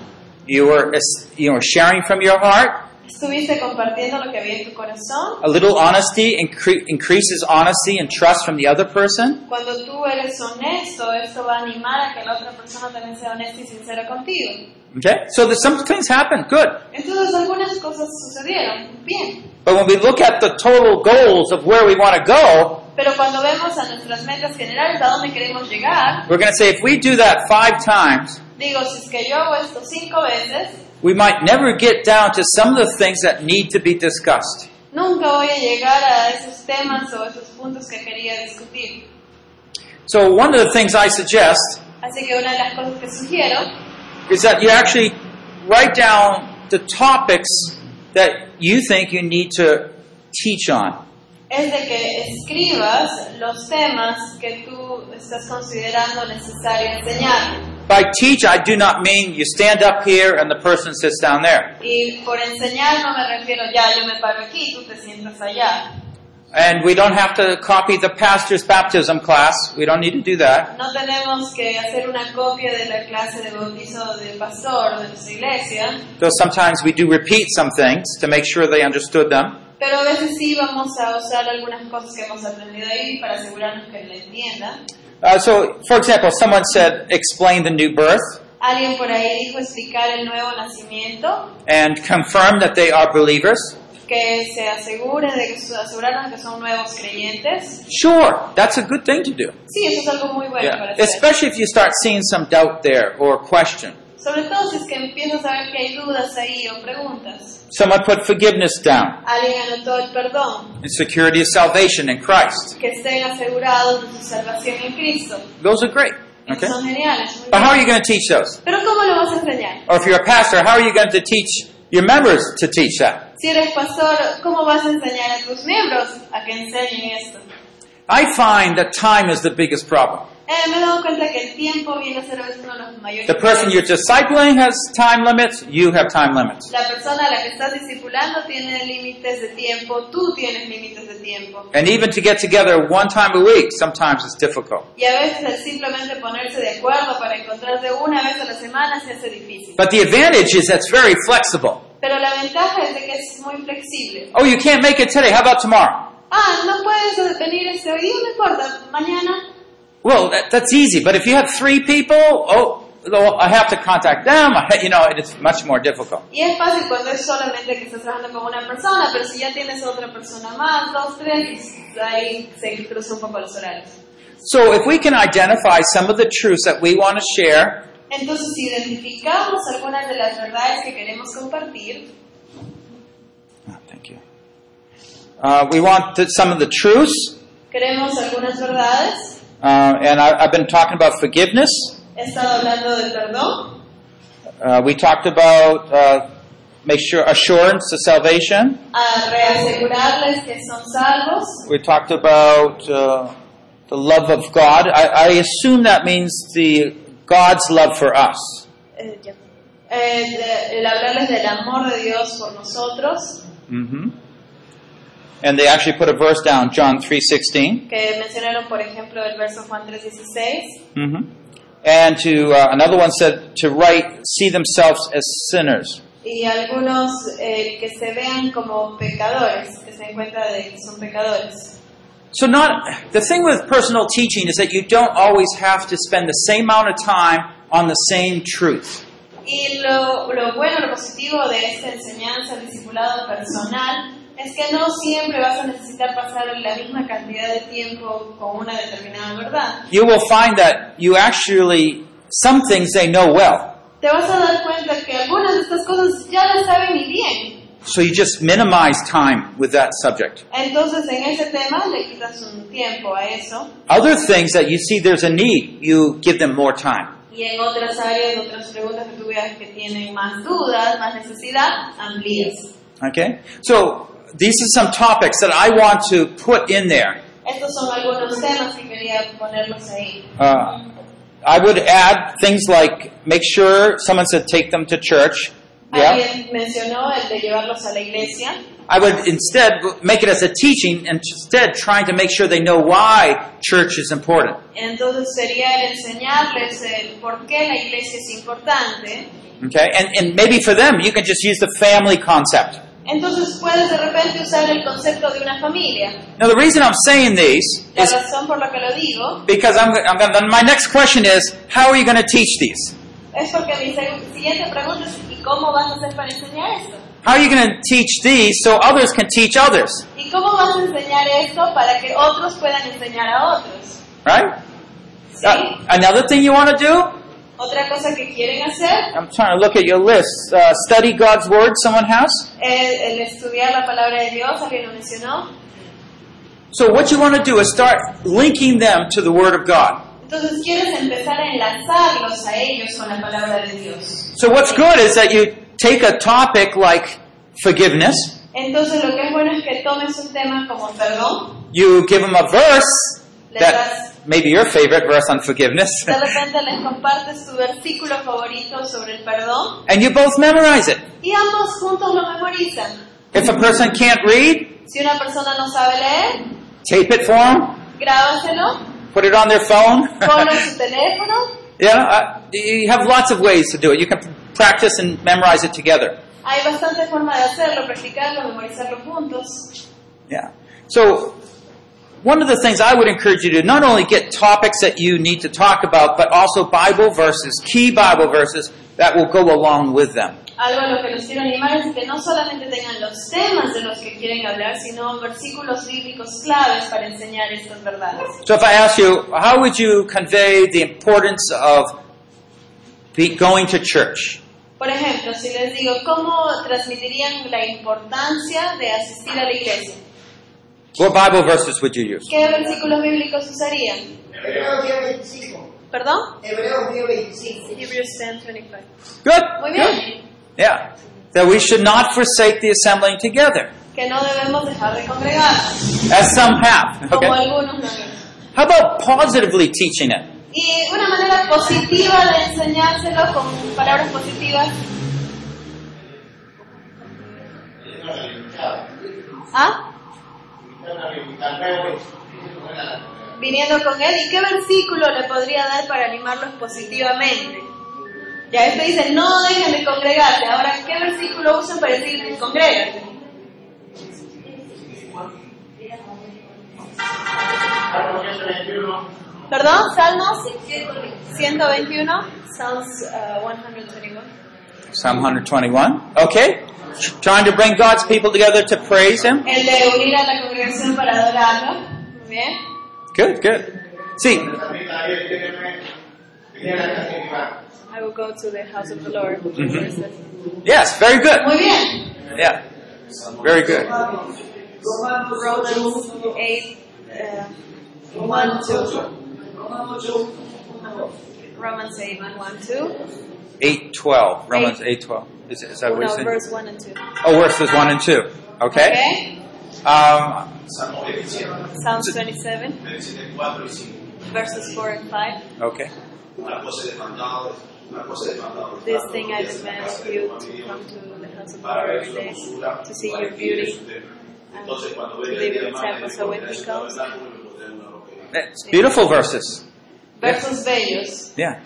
C: you were es- you were sharing from your heart.
D: estuviste compartiendo lo que había en tu corazón.
C: A little honesty incre- increases honesty and trust from the other person.
D: Cuando tú eres honesto, esto va a animar a que la otra persona también sea honesta y sincera contigo.
C: Okay. So there's some things happen. Good.
D: Entonces algunas cosas sucedieron, bien.
C: But when we look at the total goals of where we want to go,
D: Pero cuando vemos a nuestras metas generales, a dónde queremos llegar,
C: we're going to say if we do that five times,
D: digo, si es que yo hago esto cinco veces,
C: we might never get down to some of the things that need to be discussed.
D: nunca voy a llegar a esos temas o esos puntos que quería discutir.
C: So one of the things I suggest
D: Así que una de las cosas que sugiero
C: is that you actually write down the topics that you think you need to teach on.
D: es de que escribas los temas que tú estás considerando necesario enseñar.
C: By teach, I do not mean you stand up here and the person sits down there.
D: Y por enseñar no me refiero ya, yo me paro aquí, tú te sientas allá.
C: And we don't have to copy the pastor's baptism class. We don't need to do that.
D: No tenemos que hacer una copia de la clase de bautizo del pastor de nuestra iglesia,
C: Though sometimes we do repeat some things to make sure they understood them.
D: pero a veces sí vamos a usar algunas cosas que hemos aprendido ahí para asegurarnos que lo entiendan.
C: Uh, so, for example, someone said, explain the new birth
D: Alguien por ahí dijo explicar el nuevo nacimiento,
C: and confirm that they are believers.
D: que se asegure de que asegurarnos que son nuevos creyentes.
C: Sure, that's a good thing to do.
D: Sí, eso es algo muy bueno para
C: Yeah.
D: hacer.
C: Especially if you start seeing some doubt there or question.
D: Sobre todo si es que empiezas a ver que hay dudas ahí o preguntas.
C: Someone put forgiveness down,
D: Alguien anotó el perdón,
C: and security of salvation in Christ.
D: que estén asegurados de su salvación en Cristo.
C: Those are great. Okay?
D: Esos Son geniales. muy
C: But how
D: bien.
C: are you going to teach those?
D: Pero ¿cómo lo vas a enseñar?
C: Or if you're a pastor, how are you going to teach your members to teach that?
D: Si eres pastor, ¿cómo vas a enseñar a tus miembros a que enseñen esto?
C: I find that time is the biggest problem.
D: Eh, me he dado cuenta que el tiempo viene a ser a veces uno de los mayores.
C: The person you're discipling has time limits, you have time limits.
D: La persona a la que estás discipulando tiene límites de tiempo, tú tienes límites de tiempo.
C: And even to get together one time a week, sometimes it's difficult.
D: Y a veces el simplemente ponerse de acuerdo para encontrarte una vez a la semana se hace difícil.
C: But the advantage is that's very flexible.
D: Pero la ventaja es de que es muy flexible.
C: Oh, you can't make it today, how about tomorrow?
D: Ah, no puedes venir este hoy, no importa, mañana.
C: Well, that, that's easy, but if you have three people, oh, well, I have to contact them, *laughs* I, you know, it's much more difficult.
D: Y es fácil cuando es solamente que estás trabajando con una persona, pero si ya tienes otra persona más, dos, tres, ahí se cruzan un poco los horarios.
C: So if we can identify some of the truths that we want to share,
D: Entonces, si identificamos algunas de las verdades que queremos compartir,
C: Ah, thank you. Uh, we want th- some of the truths,
D: queremos algunas verdades.
C: uh, and I, I've been talking about forgiveness.
D: He estado hablando del perdón,
C: Uh, we talked about uh, make sure assurance to salvation.
D: a reasegurarles que son salvos.
C: We talked about uh, the love of God. I, I assume that means the God's love for us.
D: Eh, ya. El, eh, el hablarles del amor de Dios por nosotros,
C: hmm And they actually put a verse down, John three
D: que mencionaron, por ejemplo, el verso Juan 3.16.
C: Mm-hmm. And to uh, another one said to write, see themselves as sinners.
D: y algunos eh, que se vean como pecadores, que se den cuenta de que son pecadores.
C: So not the thing with personal teaching is that you don't always have to spend the same amount of time on the same truth.
D: Y lo, lo bueno, lo positivo de esta enseñanza, el discipulado personal, es que no siempre vas a necesitar pasar la misma cantidad de tiempo con una determinada verdad.
C: You will find that you actually some things they know well.
D: Te vas a dar cuenta que algunas de estas cosas ya las saben y bien.
C: So you just minimize time with that subject.
D: Entonces en ese tema le quitas un tiempo a eso
C: Other things that you see there's a need, you give them more time.
D: y en otras áreas, otras preguntas que tú veas que tienen más dudas, más necesidad, amplías.
C: Okay? So these are some topics that I want to put in there.
D: Estos son algunos temas que quería ponerlos ahí.
C: Uh, I would add things like make sure someone said take them to church. Yeah.
D: Alguien mencionó el de llevarlos a la iglesia.
C: I would instead make it as a teaching, and instead trying to make sure they know why church is important.
D: Entonces sería el enseñarles el por qué la iglesia es importante.
C: Okay, and and maybe for them you can just use the family concept.
D: Entonces puedes de repente usar el concepto de una familia.
C: Now the reason I'm saying these
D: La
C: is
D: razón por la que lo digo
C: because I'm, I'm gonna, then my next question is how are you going to teach these?
D: es porque mi seg- siguiente pregunta es ¿y cómo vas a hacer para enseñar esto?
C: How are you going to teach these so others can teach others?
D: ¿Y cómo vas a enseñar esto para que otros puedan enseñar a otros?
C: Right?
D: ¿Sí?
C: Uh, another thing you want to do?
D: Otra cosa que quieren hacer
C: I'm trying to look at your list. Uh, study God's word. Someone has.
D: es el estudiar la palabra de Dios, alguien lo mencionó.
C: So what you want to do is start linking them to the Word of God.
D: Entonces quieres empezar a enlazarlos a ellos con la palabra de Dios.
C: So what's good is that you take a topic like forgiveness,
D: Entonces lo que es bueno es que tomes un tema como perdón,
C: you give them a verse that maybe your favorite verse on forgiveness,
D: de repente les compartes tu versículo favorito sobre el perdón
C: and you both memorize it.
D: y ambos juntos lo memorizan.
C: If a person can't read,
D: Si una persona no sabe leer,
C: tape it for them,
D: grábaselo,
C: put it on their phone. *laughs*
D: ponlo en su teléfono.
C: yeah, uh, you have lots of ways to do it. You can practice and memorize it together.
D: Hay bastante forma de hacerlo, practicarlo, memorizarlo juntos.
C: Yeah. So one of the things I would encourage you to do, not only get topics that you need to talk about, but also Bible verses, key Bible verses that will go along with them.
D: Algo a lo que los quiero animar es que no solamente tengan los temas de los que quieren hablar, sino versículos bíblicos claves para enseñar estas verdades.
C: So if I ask you, how would you convey the importance of be going to church?
D: Por ejemplo, si les digo, ¿cómo transmitirían la importancia de asistir a la iglesia?
C: What Bible verses would you use?
D: ¿Qué versículos bíblicos usarían?
E: Hebreos 10.25.
D: ¿Perdón?
E: Hebreos 10.25.
D: Hebrews 10:25.
C: Good.
D: Muy
C: Good.
D: bien.
C: Yeah. That we should not forsake the assembling together,
D: Que no debemos dejar de congregar,
C: as some have.
D: como
C: Okay.
D: algunos no.
C: How about positively teaching it?
D: Y una manera positiva de enseñárselo con palabras positivas. ¿Ah? Viniendo con él, ¿y qué versículo le podría dar para animarlos positivamente? Ya este dice, no dejen de congregarse. Ahora, ¿qué versículo usan para decir, congrégate? ¿Perdón? ¿Salmos? 121. Psalms uh, 121.
C: Psalm 121. Okay? Trying to bring God's people together to praise Him.
D: El de unir a la congregación para adorarlo. Muy bien.
C: Good, good. See,
D: I will go to the house of the Lord.
C: yes, very good.
D: Muy bien.
C: Yeah, very good.
D: Romans 8, uh, 1, 2. Romans 8, 1, 2.
C: 8.12, Romans 8.12. Is, is that what
D: No,
C: you're saying?
D: verse 1 and 2.
C: Oh, verses 1 and 2. Okay?
D: Okay.
C: Um,
D: Psalms 27, verses 4 and 5.
C: okay.
D: This thing I demand of you to come to the house of the Lord every day, to see your beauty, and to live in temples so when he comes.
C: It's beautiful verses.
D: Versos bellos.
C: Yeah.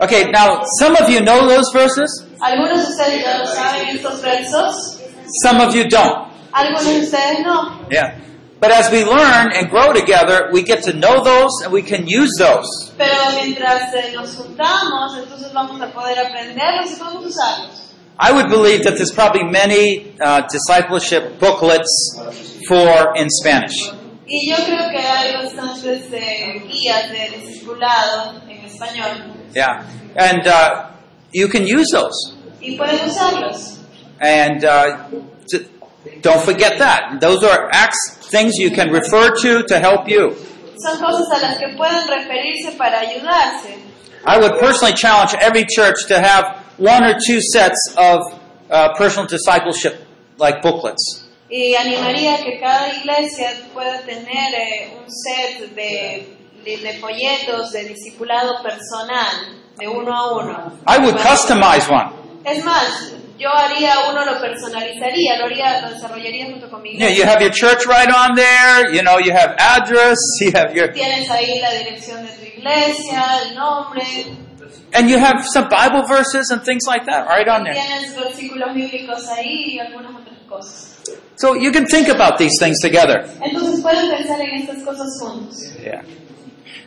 C: Okay, now some of you know those verses,
D: Algunos de ustedes ya lo saben estos versos,
C: some of you don't.
D: algunos de ustedes no.
C: Yeah. But as we learn and grow together, we get to know those and we can use those.
D: Pero mientras eh, nos juntamos, entonces vamos a poder aprenderlos y vamos a usarlos.
C: I would believe that there's probably many uh, discipleship booklets for in Spanish.
D: Y yo creo que hay bastantes eh, guías de discipulado en español
C: Yeah. And uh, you can use those.
D: y pueden usarlos.
C: And uh, t- don't forget that. Those are acts, things you can refer to to help you.
D: Son cosas a las que pueden referirse para ayudarse.
C: I would personally challenge every church to have one or two sets of uh, personal discipleship like booklets.
D: Y animaría que cada iglesia pueda tener eh, un set de, de, de folletos de discipulado personal, de uno a uno.
C: I would customize one.
D: Es más, yo haría uno, lo personalizaría, lo, haría, lo desarrollaría junto con mi
C: You, know,
D: iglesia.
C: you have your church right on there. You know, you have address. *laughs* You have your
D: Tienes ahí la dirección de tu iglesia, el nombre,
C: and you have some Bible verses and things like that right on there.
D: tienes versículos bíblicos ahí y algunas otras cosas.
C: So you can think about these things together.
D: Entonces pueden pensar en estas cosas juntos.
C: Yeah.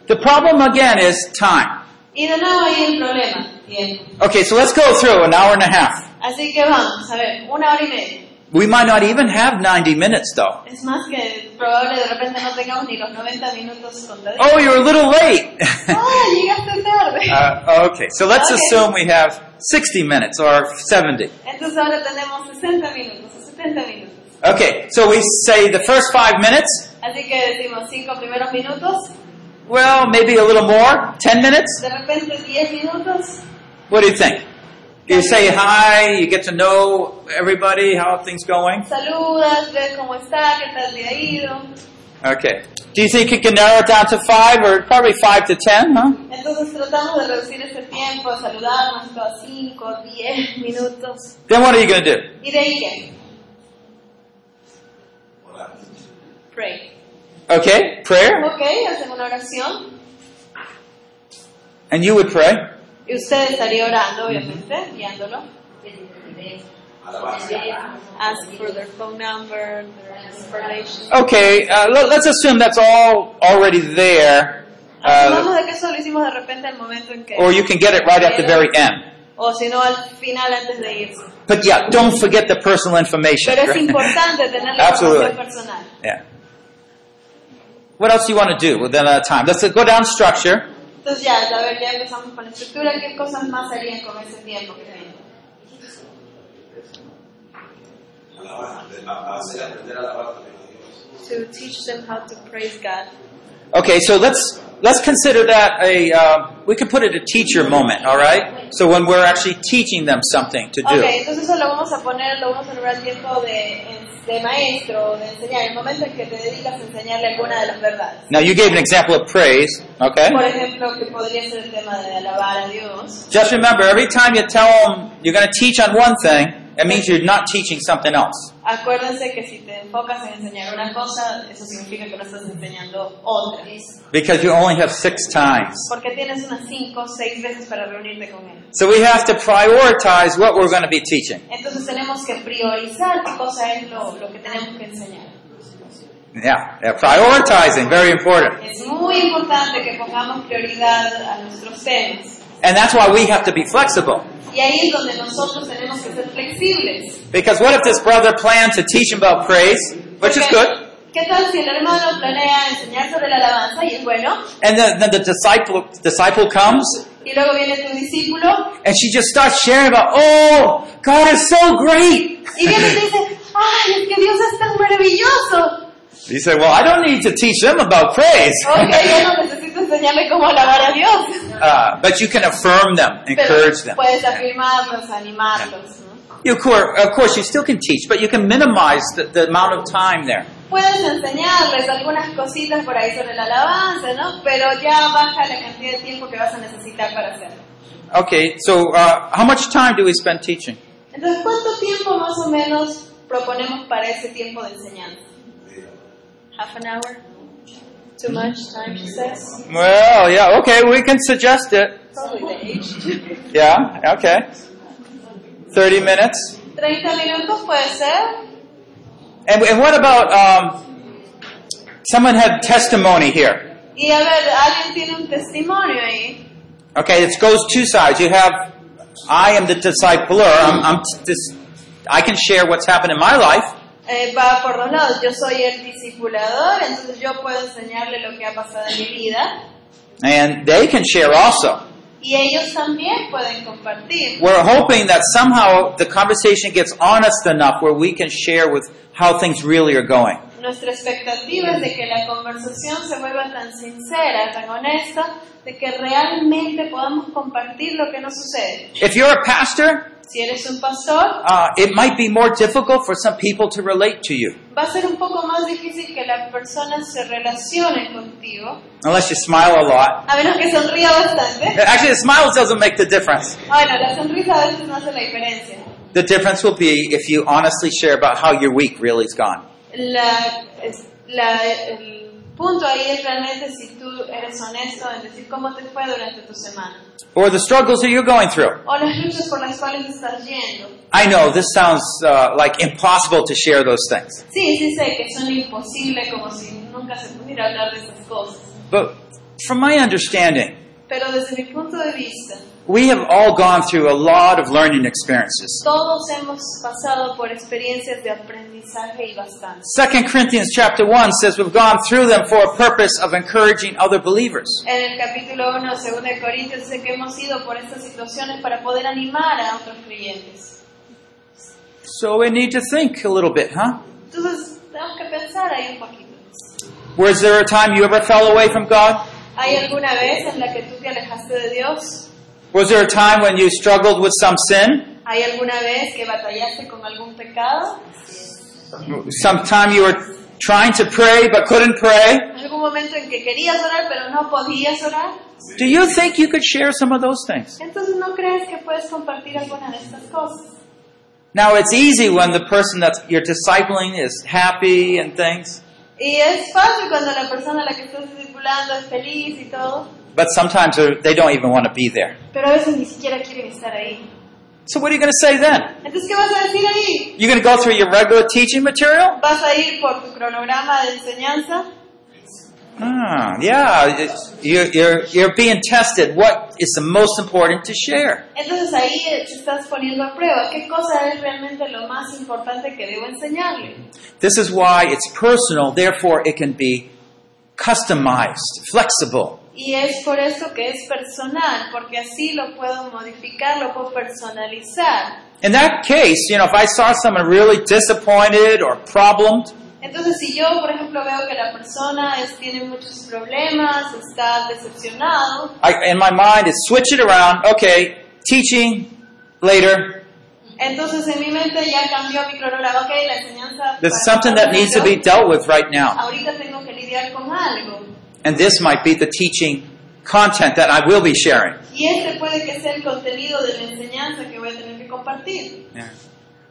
C: The problem again is time.
D: Y de nuevo ahí el problema, tiempo.
C: Okay, so let's go through an hour and a half.
D: Así que vamos, a ver, una hora y media.
C: We might not even have 90 minutes though.
D: Es más que probable de repente no tengamos ni los 90 minutos contados.
C: Oh, you're a little late. *laughs*
D: ¡Ah, llegaste tarde!
C: Uh, okay, so let's
D: Okay.
C: assume we have 60 minutes or 70.
D: Entonces ahora tenemos 60 minutos, o 70 minutos.
C: Okay, so we say the first five minutes,
D: Así que decimos 5 primeros minutos,
C: well, maybe a little more, 10 minutes.
D: de repente 10 minutos.
C: What do you think? You say hi, you get to know everybody, how are things going?
D: Saludas, ves cómo está, qué tal le ha ido.
C: Okay. Do you think you can narrow it down to five or probably five to 10, huh?
D: Entonces tratamos de reducir ese tiempo, saludarnos a 5, 10 minutos.
C: Then what are you going to do?
D: ¿Y de ahí qué? Pray.
C: Okay, prayer.
D: Ok, hacen una oración.
C: And you would pray.
D: Y usted estaría orando, obviamente, guiándolo. Ask for their phone number, their information.
C: Okay, uh, let, let's assume that's all already there. Uh,
D: Asumamos Ah, de que eso lo hicimos de repente al momento en que...
C: or you can get it right at the very end.
D: O si no, al final antes de irse.
C: But yeah, don't forget the personal information.
D: Pero es
C: right? *laughs*
D: importante tener la
C: Absolutely.
D: información personal.
C: yeah. What else do you want to do within that time? Let's go down structure.
D: Entonces ya, a ver, ya empezamos con la estructura. ¿Qué cosas más harían con ese tiempo que tienen? To teach them how to praise God.
C: Okay, so let's let's consider that a, uh, we could put it a teacher moment, all right? So when we're actually teaching them something to do.
D: Ok, entonces eso lo vamos a poner, lo vamos a nombrar tiempo de, de maestro, de enseñar, el momento en que te dedicas a enseñarle alguna de las verdades.
C: Now, you gave an example of praise, okay?
D: Por ejemplo, que podría ser el tema de alabar a Dios.
C: Just remember, every time you tell them you're going to teach on one thing, it means you're not teaching something else.
D: Acuérdense que si te enfocas en enseñar una cosa, eso significa que no estás enseñando otra.
C: Because you only have six times.
D: Porque tienes unas cinco, seis veces para reunirte con él.
C: So we have to prioritize what we're going to be teaching.
D: Entonces tenemos que priorizar qué cosa es lo, lo que tenemos que enseñar.
C: Yeah, yeah, prioritizing, very important.
D: Es muy importante que pongamos prioridad a nuestros temas.
C: And that's why we have to be flexible.
D: Y ahí es donde nosotros tenemos que ser flexibles.
C: Because what if this brother planned to teach him about praise, which is
D: Porque,
C: good,
D: ¿Qué tal si el hermano planea enseñar sobre la alabanza y es bueno?
C: and then, then the disciple, disciple comes
D: Y luego viene tu discípulo
C: and she just starts sharing about, oh, God is so great.
D: y viene y te dice, ¡ay, es que Dios es tan maravilloso!
C: You say, well, I don't need to teach them about praise.
D: Ok, yo no necesito enseñarle cómo alabar a Dios.
C: Uh, but you can affirm them,
D: Pero
C: encourage them.
D: puedes afirmarlos, animarlos. ¿no?
C: You, of, course, of course, you still can teach, but you can minimize the, the amount of time there.
D: Puedes enseñarles algunas cositas por ahí sobre la alabanza, ¿no? Pero ya baja la cantidad de tiempo que vas a necesitar para hacerlo.
C: Okay, so uh, how much time do we spend teaching?
D: Entonces, ¿cuánto tiempo más o menos proponemos para ese tiempo de enseñanza? Half an hour? Mm-hmm. Too much time, she says?
C: Well, yeah, okay, we can suggest it.
D: Probably the age.
C: Yeah, okay. 30 minutes.
D: 30 minutos puede ser.
C: And, and what about um, someone had testimony here?
D: Y a ver, alguien tiene un testimonio ahí.
C: Okay, it goes two sides. You have, I am the discipler. I'm, I'm t- this, I can share what's happened in my life.
D: Eh, va por dos lados. Yo soy el discipulador, entonces yo puedo enseñarle lo que ha pasado en mi vida.
C: and they can share also.
D: Y ellos también pueden compartir.
C: We're hoping that somehow the conversation gets honest enough where we can share with how things really are going.
D: Nuestra expectativa es de que la conversación se vuelva tan sincera, tan honesta, de que realmente podamos compartir lo que nos sucede.
C: If you're a pastor,
D: Si eres un pastor,
C: uh, it might be more difficult for some people to relate to you,
D: va a ser un poco más difícil que las personas se relacionen contigo,
C: unless you smile a lot.
D: a menos que sonría bastante.
C: Actually, the smile doesn't make the difference.
D: Bueno, la sonrisa a veces no hace la diferencia.
C: The difference will be if you honestly share about how your week really has gone.
D: La, es- la- el punto ahí es realmente si tú eres honesto en decir cómo te fue durante tu semana
C: Or the struggles that you're going through.
D: o las luchas por las cuales estás yendo.
C: I know this sounds uh, like impossible to share those things,
D: Sí, sí sé que son imposibles, como si nunca se pudiera hablar de esas cosas.
C: but from my understanding,
D: Pero desde mi punto de vista,
C: We have all gone through a lot of learning experiences.
D: todos hemos pasado por experiencias de aprendizaje y bastante.
C: 2 Corinthians chapter 1 says we've gone through them for a purpose of encouraging other believers.
D: En el capítulo 1, 2 de Corintios, dice que hemos ido por estas situaciones para poder animar a otros creyentes.
C: So we need to think a little bit, huh?
D: Entonces, tenemos que pensar ahí un poquito.
C: Was there a time you ever fell away from God?
D: ¿Hay alguna vez en la que tú te alejaste de Dios?
C: Was there a time when you struggled with some sin?
D: ¿Hay alguna vez que batallaste con algún pecado?
C: Some time you were trying to pray but couldn't pray?
D: ¿Algún momento en que querías orar pero no podías orar?
C: Do you think you could share some of those things?
D: Entonces, ¿no crees que puedes compartir alguna de estas cosas?
C: Now it's easy when the person that you're discipling is happy and things,
D: Y es fácil cuando la persona a la que estás discipulando es feliz y todo,
C: but sometimes they're- they don't even want to be there.
D: pero a veces ni siquiera quieren estar ahí.
C: So what are you going to say then?
D: Entonces, ¿qué vas a decir ahí?
C: You're going to go through your regular teaching material?
D: ¿Vas a ir por tu cronograma de enseñanza?
C: Ah, yeah. it's- You're, you're, you're being tested. What is the most important to share?
D: Entonces ahí eh, te estás poniendo a prueba. ¿Qué cosa es realmente lo más importante que debo enseñarle?
C: This is why it's personal, therefore, it can be customized, flexible.
D: Y es por eso que es personal, porque así lo puedo modificar, lo puedo personalizar.
C: In that case, you know, if I saw someone really disappointed or problemed,
D: Entonces, si yo, por ejemplo, veo que la persona es- tiene muchos problemas, está decepcionado,
C: I, in my mind, is switch it around. Okay, teaching later.
D: entonces en mi mente ya cambió mi cronograma, ok, la enseñanza...
C: There's
D: para-
C: something that needs to be dealt with right now.
D: Ahorita tengo que lidiar con algo.
C: And this might be the teaching content that I will be sharing.
D: Y este puede que sea el contenido de la enseñanza que voy a tener que compartir.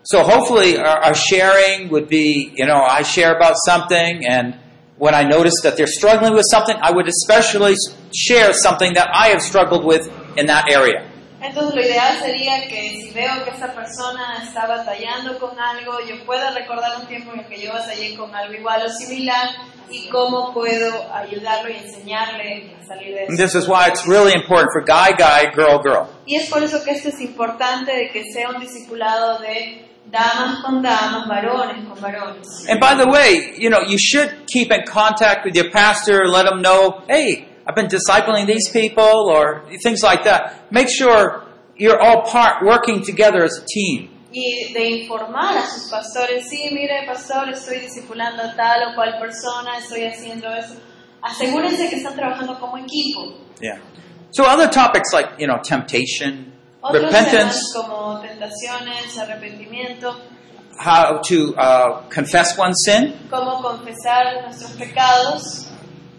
C: So hopefully our, our sharing would be, you know, I share about something and when I notice that they're struggling with something, I would especially share something that I have struggled with in that area.
D: Entonces lo ideal sería que si veo que esta persona está batallando con algo, yo pueda recordar un tiempo en el que yo batallé con algo igual o similar y cómo puedo ayudarlo y enseñarle a salir de
C: And
D: eso.
C: this is why it's really important for guy, guy, girl, girl.
D: Y es por eso que esto es importante de que sea un discipulado de damas con damas, varones con varones.
C: And by the way, you know, you should keep in contact with your pastor, let them know, hey, I've been discipling these people or things like that. Make sure you're all part working together as a team.
D: y de informar a sus pastores, sí, mire pastor, estoy discipulando a tal o cual persona, estoy haciendo eso. Asegúrense que están trabajando como equipo.
C: Yeah. So other topics like, you know, temptation,
D: Otros temas
C: repentance,
D: como tentaciones, arrepentimiento,
C: how to uh, confess one's sin,
D: cómo confesar nuestros pecados,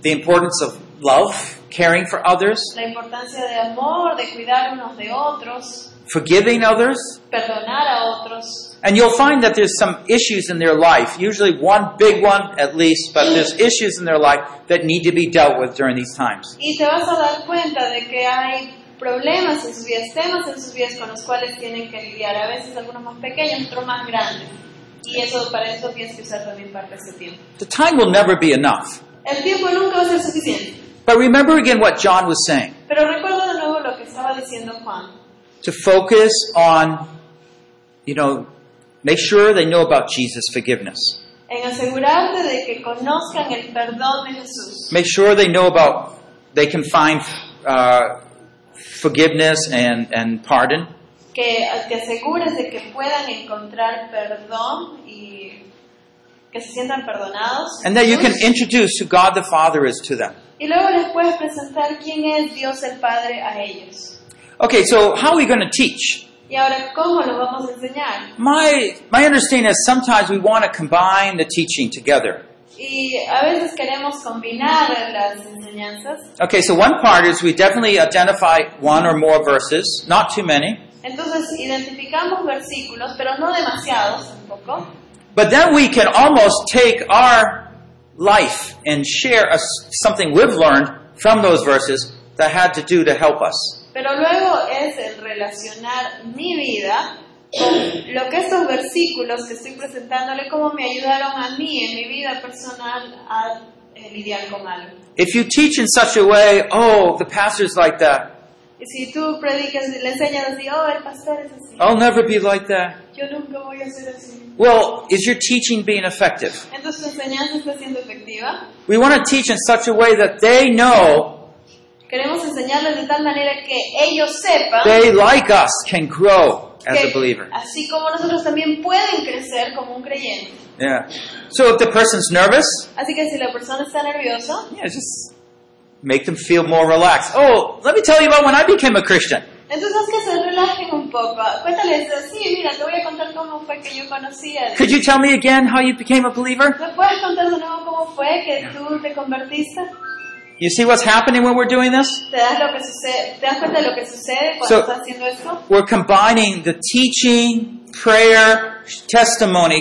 C: the importance of love, caring for others,
D: la importancia de amor, de cuidar unos de otros,
C: forgiving others.
D: perdonar a otros.
C: And you'll find that there's some issues in their life, usually one big one at least, but there's issues in their life that need to be dealt with during these times.
D: Y te vas a dar cuenta de que hay problemas en sus vidas, temas en sus vidas con los cuales tienen que lidiar, a veces algunos más pequeños, otros más grandes. Y eso para eso tienes que usar también parte de ese tiempo.
C: The time will never be enough.
D: El tiempo nunca va a ser suficiente.
C: But remember again what John was saying
D: Pero recuerda de nuevo lo que estaba diciendo Juan.
C: to focus on, you know, make sure they know about Jesus' forgiveness.
D: En asegurarte de que conozcan el perdón de Jesús.
C: make sure they know about they can find uh, forgiveness and, and pardon
D: Que te asegures de que puedan encontrar perdón y que se sientan perdonados.
C: and that you can introduce who god the father is to them
D: Y luego les puedes presentar quién es Dios el Padre a ellos.
C: okay so how are we going to teach
D: Y ahora, ¿cómo lo vamos a enseñar?
C: my my understanding is sometimes we want to combine the teaching together
D: Y a veces queremos combinar las enseñanzas.
C: okay so one part is we definitely identify one or more verses not too many
D: Entonces, identificamos versículos, pero no demasiados tampoco.
C: but then we can almost take our life and share a s something we've learned from those verses that had to do to help us
D: Pero luego es el relacionar mi vida con lo que estos versículos que estoy presentándole, cómo me ayudaron a mí en mi vida personal a eh, lidiar con algo.
C: If you teach in such a way, oh, the pastor's like that,
D: Y si tú predicas, le enseñas así, oh, el pastor es así,
C: I'll never be like that.
D: yo nunca voy a ser así.
C: Well, is your teaching being effective?
D: Entonces, ¿tu enseñanza está siendo efectiva?
C: We want to teach in such a way that they know
D: Queremos enseñarles de tal manera que ellos sepan
C: they, like us, can grow as a
D: que
C: believer.
D: así como nosotros también pueden crecer como un creyente.
C: Yeah. So if the person's nervous,
D: Así que si la persona está nerviosa,
C: yeah, just make them feel more relaxed. Oh, let me tell you about when I became a Christian.
D: entonces haz que se relajen un poco. Cuéntales, sí, mira, te voy a contar cómo fue que yo conocí a
C: Could you tell me again how you became a believer?
D: ¿Me puedes contar de nuevo cómo fue que tú te convertiste?
C: You see what's happening when we're doing this?
D: ¿Te das, lo que sucede, ¿Te das cuenta de lo que sucede cuando
C: So-
D: estás haciendo esto?
C: We're combining the teaching, prayer, testimony,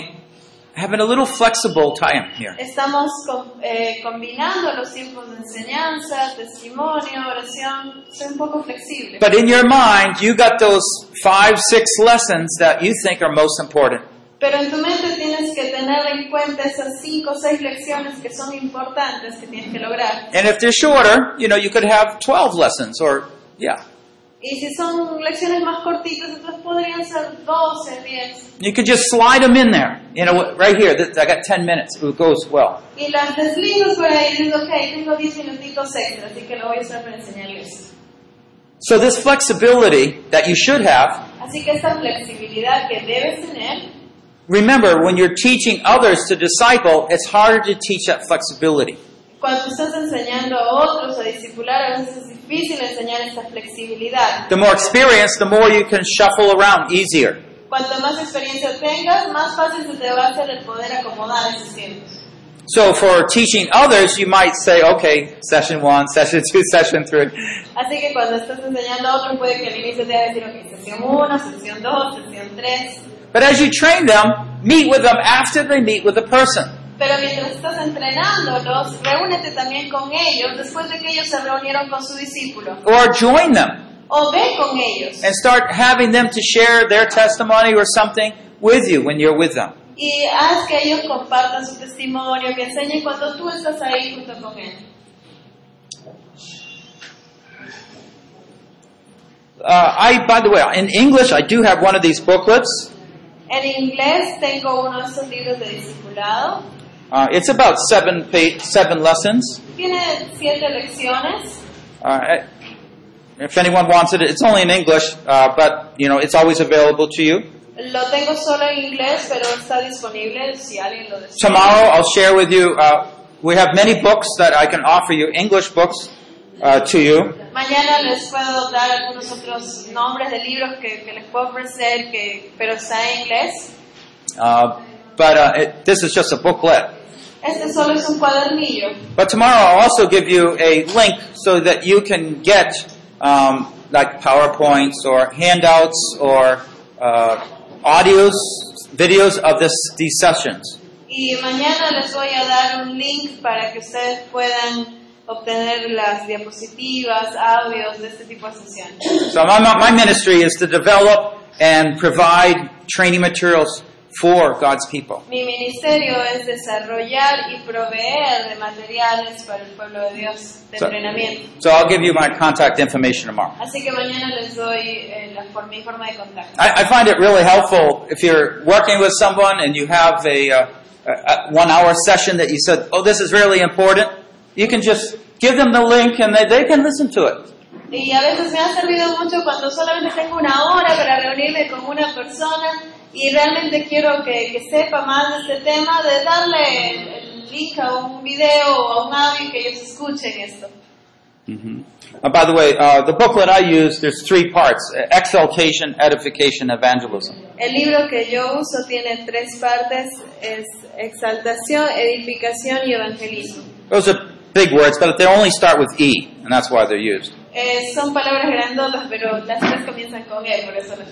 C: having a little flexible time here.
D: Estamos com- eh, combinando los tiempos de enseñanza, testimonio, oración. Soy un poco flexible.
C: But in your mind, you got those five, six lessons that you think are most important.
D: Pero en tu mente tienes que tener en cuenta esas cinco o seis lecciones que son importantes que tienes que lograr.
C: And if they're shorter, you know, you could have 12 lessons or, yeah.
D: Y si son lecciones más cortitas, entonces podrían ser 12, 10.
C: You could just slide them in there. You know, right here, th- I got 10 minutes. It goes well.
D: Y las deslindas por ahí, digo, ok, tengo 10 minutitos extra, así que lo voy a usar para enseñarles.
C: So this flexibility that you should have
D: Así que esta flexibilidad que debes tener
C: remember, when you're teaching others to disciple, it's harder to teach that flexibility.
D: Cuando estás enseñando a otros a discipular, a veces es difícil enseñar esta flexibilidad.
C: The more experience, the more you can shuffle around easier.
D: Cuanto más experiencia tengas, más fácil se te va a hacer el poder acomodar esos tiempos.
C: So for teaching others, you might say, okay, session one, *laughs* session two, session three.
D: Así que cuando estás enseñando a otros, puede que al inicio te haga decir, ok, sesión 1, sesión 2, sesión 3.
C: But as you train them, meet with them after they meet with the person.
D: Pero mientras estás entrenándolos, reúnete también con ellos después de que ellos se reunieron con su discípulo.
C: Or join them
D: O ve con ellos
C: and start having them to share their testimony or something with you when you're with them.
D: y haz que ellos compartan su testimonio, que enseñen cuando tú estás ahí junto con él.
C: Uh, I, by the way, in English, I do have one of these booklets.
D: En inglés tengo uno de esos libros de discipulado.
C: Uh, it's about seven pa- seven lessons.
D: Tiene siete lecciones.
C: Uh, if anyone wants it, it's only in English, uh, but you know it's always available to you.
D: Lo tengo solo en inglés, pero está disponible si alguien lo desea.
C: Tomorrow, I'll share with you. Uh, we have many books that I can offer you, English books, uh, to you.
D: Mañana les puedo dar algunos otros nombres de libros que, que les puedo ofrecer, que, pero está en inglés.
C: Uh, but uh, it, this is just a booklet.
D: Este solo es un cuadernillo.
C: But tomorrow I'll also give you a link so that you can get um, like PowerPoints or handouts or uh, audios, videos of this, these sessions.
D: Y mañana les voy a dar un link para que ustedes puedan obtener las diapositivas, audios de este tipo de sesiones.
C: So my, my ministry is to develop and provide training materials for God's people.
D: Mi ministerio es desarrollar y proveer de materiales para el pueblo de Dios de
C: So-
D: entrenamiento.
C: So I'll give you my contact information tomorrow.
D: Así que mañana les doy eh, la for- mi forma de contacto.
C: I, I find it really helpful if you're working with someone and you have a, uh, a, a one hour session that you said, oh, this is really important. You can just give them the link and they, they can listen to it.
D: Y a veces me ha servido mucho cuando solamente tengo una hora para reunirme con una persona y realmente quiero que, que sepa más de este tema, de darle el, el link a un video o a un audio que ellos escuchen esto.
C: Uh, by the way, uh, the booklet I use, there's three parts uh, exaltation, edification, evangelism.
D: El libro que yo uso tiene tres partes, es exaltación, edificación y evangelismo.
C: Those are big words, but they only start with E, and that's why they're used.
D: Eh, son palabras grandotas, pero las tres comienzan con E, por eso las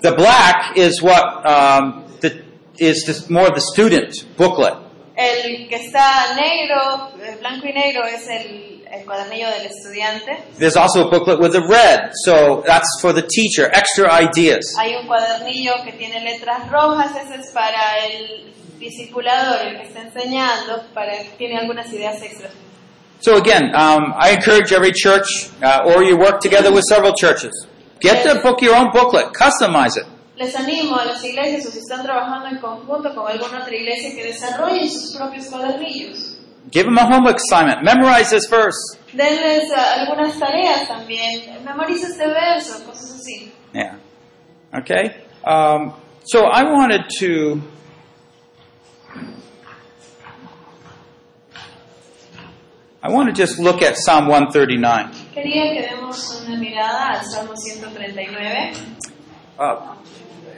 C: The black is what um, the, is this more the student booklet.
D: El que está negro, eh, blanco y negro, es el, el cuadernillo del estudiante.
C: There's also a booklet with the red, so that's for the teacher, extra ideas.
D: Hay un cuadernillo que tiene letras rojas, ese es para el discipulador, el que está enseñando, para tiene algunas ideas extras.
C: So again, um, I encourage every church, uh, or you work together with several churches, get the book, your own booklet, customize it.
D: Les animo a las iglesias o si están trabajando en conjunto con alguna otra iglesia que desarrollen sus propios cuadernillos.
C: Give them a homework assignment. Memorize this verse.
D: Denles eh, algunas tareas también, memoriza este verso, cosas así.
C: Yeah. Okay. Um, so I wanted to. I want to just look at Psalm 139.
D: Quería que demos una mirada al Salmo 139.
C: Uh,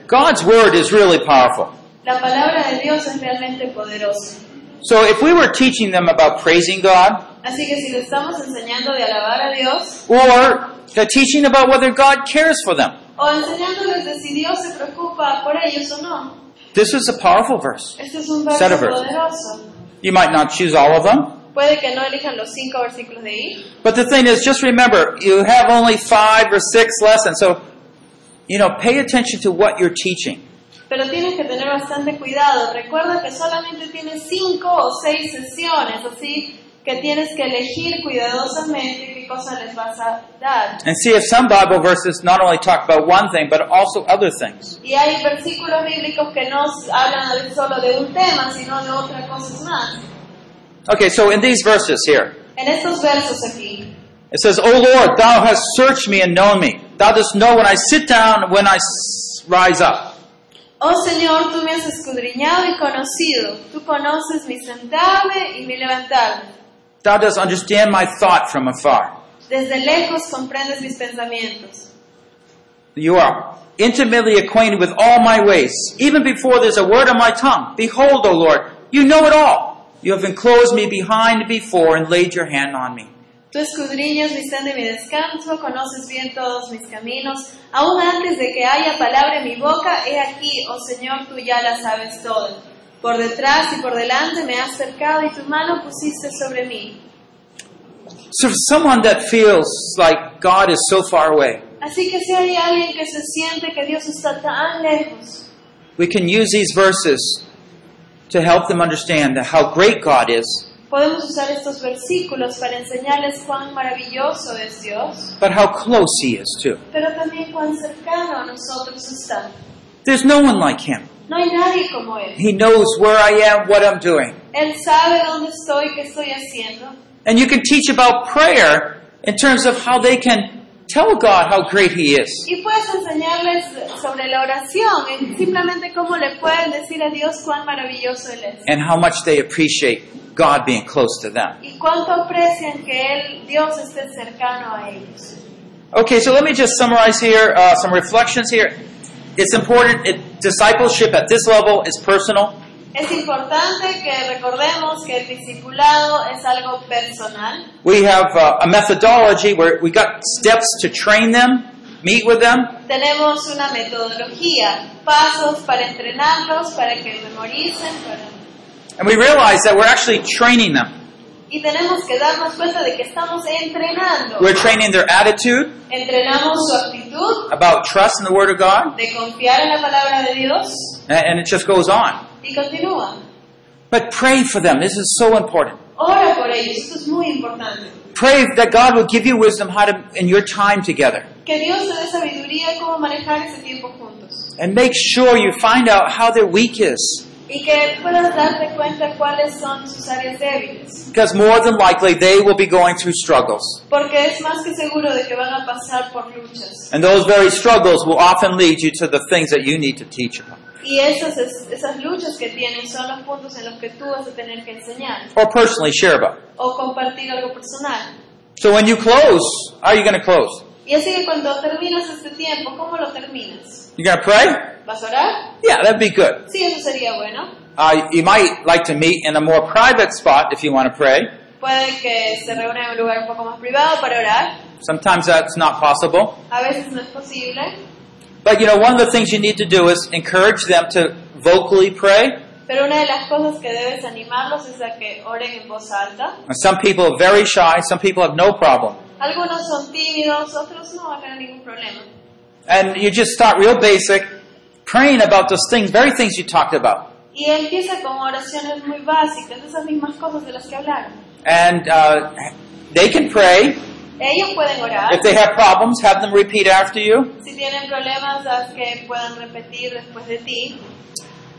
C: God's word is really powerful.
D: La palabra de Dios es realmente poderosa.
C: So if we were teaching them about praising God,
D: Así que si le estamos enseñando de alabar a Dios,
C: or the teaching about whether God cares for them,
D: o enseñándoles de si Dios se preocupa por ellos o no.
C: this is a powerful verse.
D: Este es un
C: Set
D: verso
C: of verses.
D: poderoso.
C: You might not choose all of them,
D: Puede que no elijan los cinco versículos de ahí,
C: but the thing is, just remember, you have only five or six lessons. So, you know, pay attention to what you're teaching.
D: pero tienes que tener bastante cuidado. Recuerda que solamente tienes cinco o seis sesiones, así que tienes que elegir cuidadosamente qué cosa les vas a dar.
C: And see if some Bible verses not only talk about one thing, but also other things.
D: Y hay versículos bíblicos que no hablan a veces solo de un tema, sino de otras cosas más.
C: Okay, so in these verses here,
D: En estos versos aquí,
C: It says, O Lord, thou hast searched me and known me. Thou dost know when I sit down and when I s- rise up.
D: Oh Señor, tú me has escudriñado y conocido. Tú conoces mi sentarme y mi levantarme.
C: Thou dost understand my thought from afar.
D: Desde lejos comprendes mis pensamientos.
C: You are intimately acquainted with all my ways, even before there's a word on my tongue. Behold, O Lord, you know it all. You have enclosed me behind and before and laid your hand on me.
D: Tú escudriñas mi senda y mi descanso, conoces bien todos mis caminos. Aún antes de que haya palabra en mi boca, he aquí, oh Señor, tú ya la sabes todo. Por detrás y por delante me has cercado y tu mano pusiste sobre mí.
C: So, for someone that feels like God is so far away,
D: Así que si hay alguien que se siente que Dios está tan lejos,
C: we can use these verses to help them understand that how great God is,
D: podemos usar estos versículos para enseñarles cuán maravilloso es Dios,
C: but how close He is too.
D: pero también cuán cercano a nosotros está.
C: There's no one like Him.
D: No hay nadie como Él.
C: He knows where I am, what I'm doing.
D: Él sabe dónde estoy, qué estoy haciendo.
C: And you can teach about prayer in terms of how they can tell God how great He is.
D: Y puedes enseñarles sobre la oración, en simplemente cómo le pueden decir a Dios cuán maravilloso Él es.
C: and how much they appreciate God being close to them.
D: Y cuánto aprecian que Él, Dios, esté cercano a ellos.
C: Okay, so let me just summarize here uh, some reflections here. It's important, it, discipleship at this level is personal.
D: Es importante que recordemos que el discipulado es algo personal.
C: We have uh, a methodology where we got steps to train them, meet with them,
D: Tenemos una metodología, pasos para entrenarlos, para que memoricen. para-
C: and we realize that we're actually training them.
D: Y tenemos que darnos cuenta de que estamos entrenando.
C: We're training their attitude
D: Entrenamos su actitud
C: about trust in the Word of God,
D: de confiar en la palabra de Dios.
C: and, and it just goes on.
D: Y continúa.
C: But pray for them. This is so important.
D: Ora por ellos, esto es muy importante.
C: Pray that God will give you wisdom how to in your time together.
D: Que Dios te dé sabiduría cómo manejar ese tiempo juntos.
C: And make sure you find out how their week is.
D: Y que puedas darte cuenta cuáles son sus áreas débiles.
C: Because more than likely they will be going through struggles.
D: Porque es más que seguro de que van a pasar por luchas.
C: And those very struggles will often lead you to the things that you need to teach them.
D: Y esas, es- esas luchas que tienen son los puntos en los que tú vas a tener que enseñar
C: Or personally share about.
D: o compartir algo personal.
C: So when you close, how are you going to close?
D: Y así que cuando terminas este tiempo, ¿cómo lo terminas?
C: You're going to pray?
D: ¿Vas a orar?
C: Yeah, that'd be good.
D: Sí, eso sería bueno.
C: Uh, you might like to meet in a more private spot if you want to pray.
D: Puede que se reúna en un lugar un poco más privado para orar.
C: Sometimes that's not possible.
D: A veces no es posible,
C: But you know, one of the things you need to do is encourage them to vocally pray.
D: pero una de las cosas que debes animarlos es a que oren en voz alta.
C: And Some people are very shy, some people have no problem.
D: Algunos son tímidos, otros no van a tener ningún problema.
C: And you just start real basic, praying about those things, very things you talked about.
D: Y empieza con oraciones muy básicas, esas mismas cosas de las que hablaron.
C: and uh, they can pray.
D: Ellos pueden orar,
C: If they have problems, have them repeat after you.
D: si tienen problemas, haz que puedan repetir después de ti.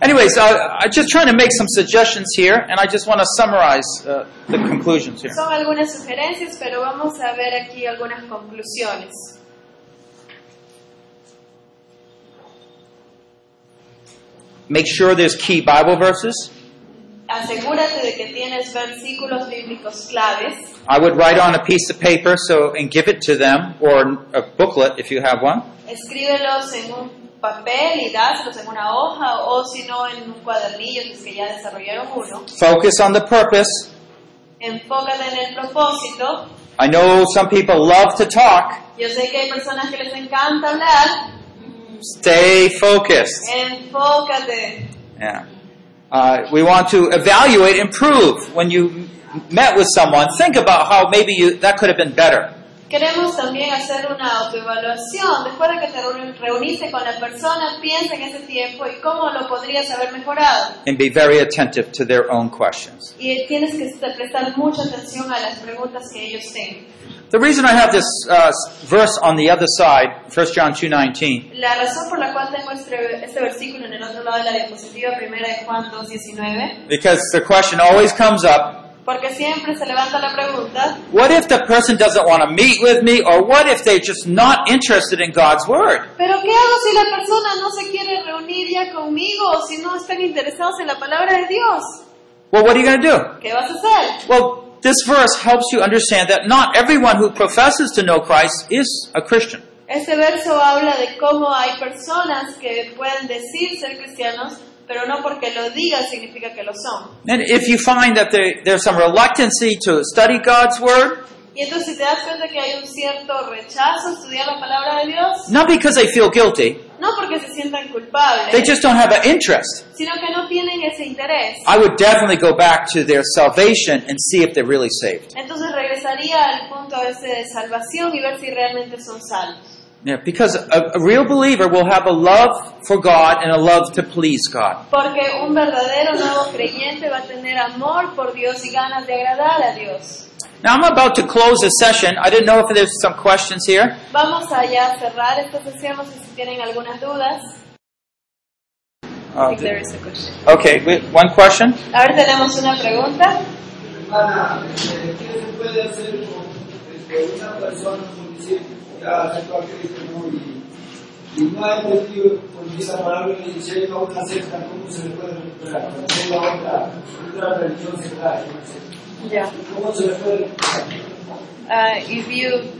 C: Anyways, uh, I'm just trying to make some suggestions here, and I just want to summarize uh, the conclusions here.
D: Son algunas sugerencias, pero vamos a ver aquí algunas conclusiones.
C: Make sure there's key Bible verses.
D: Asegúrate de que tienes versículos bíblicos claves.
C: I would write on a piece of paper so and give it to them, or a booklet if you have one.
D: escríbelos en un papel y dáselos en una hoja o si no en un cuadernillo si es que ya desarrollaron uno.
C: Focus on the purpose.
D: Enfócate en el propósito.
C: I know some people love to talk.
D: Yo sé que hay personas que les encanta hablar.
C: Stay focused.
D: Enfócate.
C: Yeah. Uh, we want to evaluate, improve. When you met with someone, think about how maybe you, that could have been better.
D: Queremos también hacer una autoevaluación. Después de que te reuni- reuniste con la persona, piensa en ese tiempo y cómo lo podrías haber mejorado.
C: And be very attentive to their own questions.
D: Y tienes que est- prestar mucha atención a las preguntas que ellos tengan.
C: The reason I have this uh, verse on the other side, 1 John 2.19,
D: La razón por la cual tengo este, este versículo en el otro lado de la diapositiva primera de Juan 2.19,
C: because the question always comes up,
D: Porque siempre se levanta la pregunta,
C: What if the person doesn't want to meet with me, or what if they're just not interested in God's Word?
D: ¿pero qué hago si la persona no se quiere reunir ya conmigo o si no están interesados en la palabra de Dios?
C: Well, what are you going to do?
D: ¿Qué vas a hacer?
C: Well, this verse helps you understand that not everyone who professes to know Christ is a Christian.
D: Este verso habla de cómo hay personas que pueden decir ser cristianos, pero no porque lo digan significa que lo son.
C: And if you find that there, there's some reluctancy to study God's Word,
D: Y entonces si te das cuenta que hay un cierto rechazo a estudiar la palabra de Dios,
C: not because they feel guilty,
D: no porque se sientan
C: they
D: culpables,
C: just don't have an interest.
D: sino que no tienen ese interés.
C: I would definitely go back to their salvation and see if they're really saved.
D: Entonces regresaría al punto ese de salvación y ver si realmente son salvos.
C: Yeah, because a, a real believer will have a love for God and a love to please God.
D: Porque un verdadero nuevo creyente va a tener amor por Dios y ganas de agradar a Dios.
C: Now I'm about to close the session. I didn't know if there's some questions here.
D: Vamos allá a cerrar esta sesión, no sé si tienen algunas dudas.
C: Uh,
D: If there is a question.
C: okay, we, one question.
D: A ver, tenemos una pregunta.
E: Hermana, eh, ¿qué se puede hacer con eh, con una persona que dice ya aceptó a Cristo ¿no? y, y no ha entendido por qué la palabra que dice llega a una secta, cómo se le puede recuperar? ¿Cómo la otra, otra religión se trae?
D: Yeah.
E: ¿Cómo se le puede recuperar?
D: Uh, if you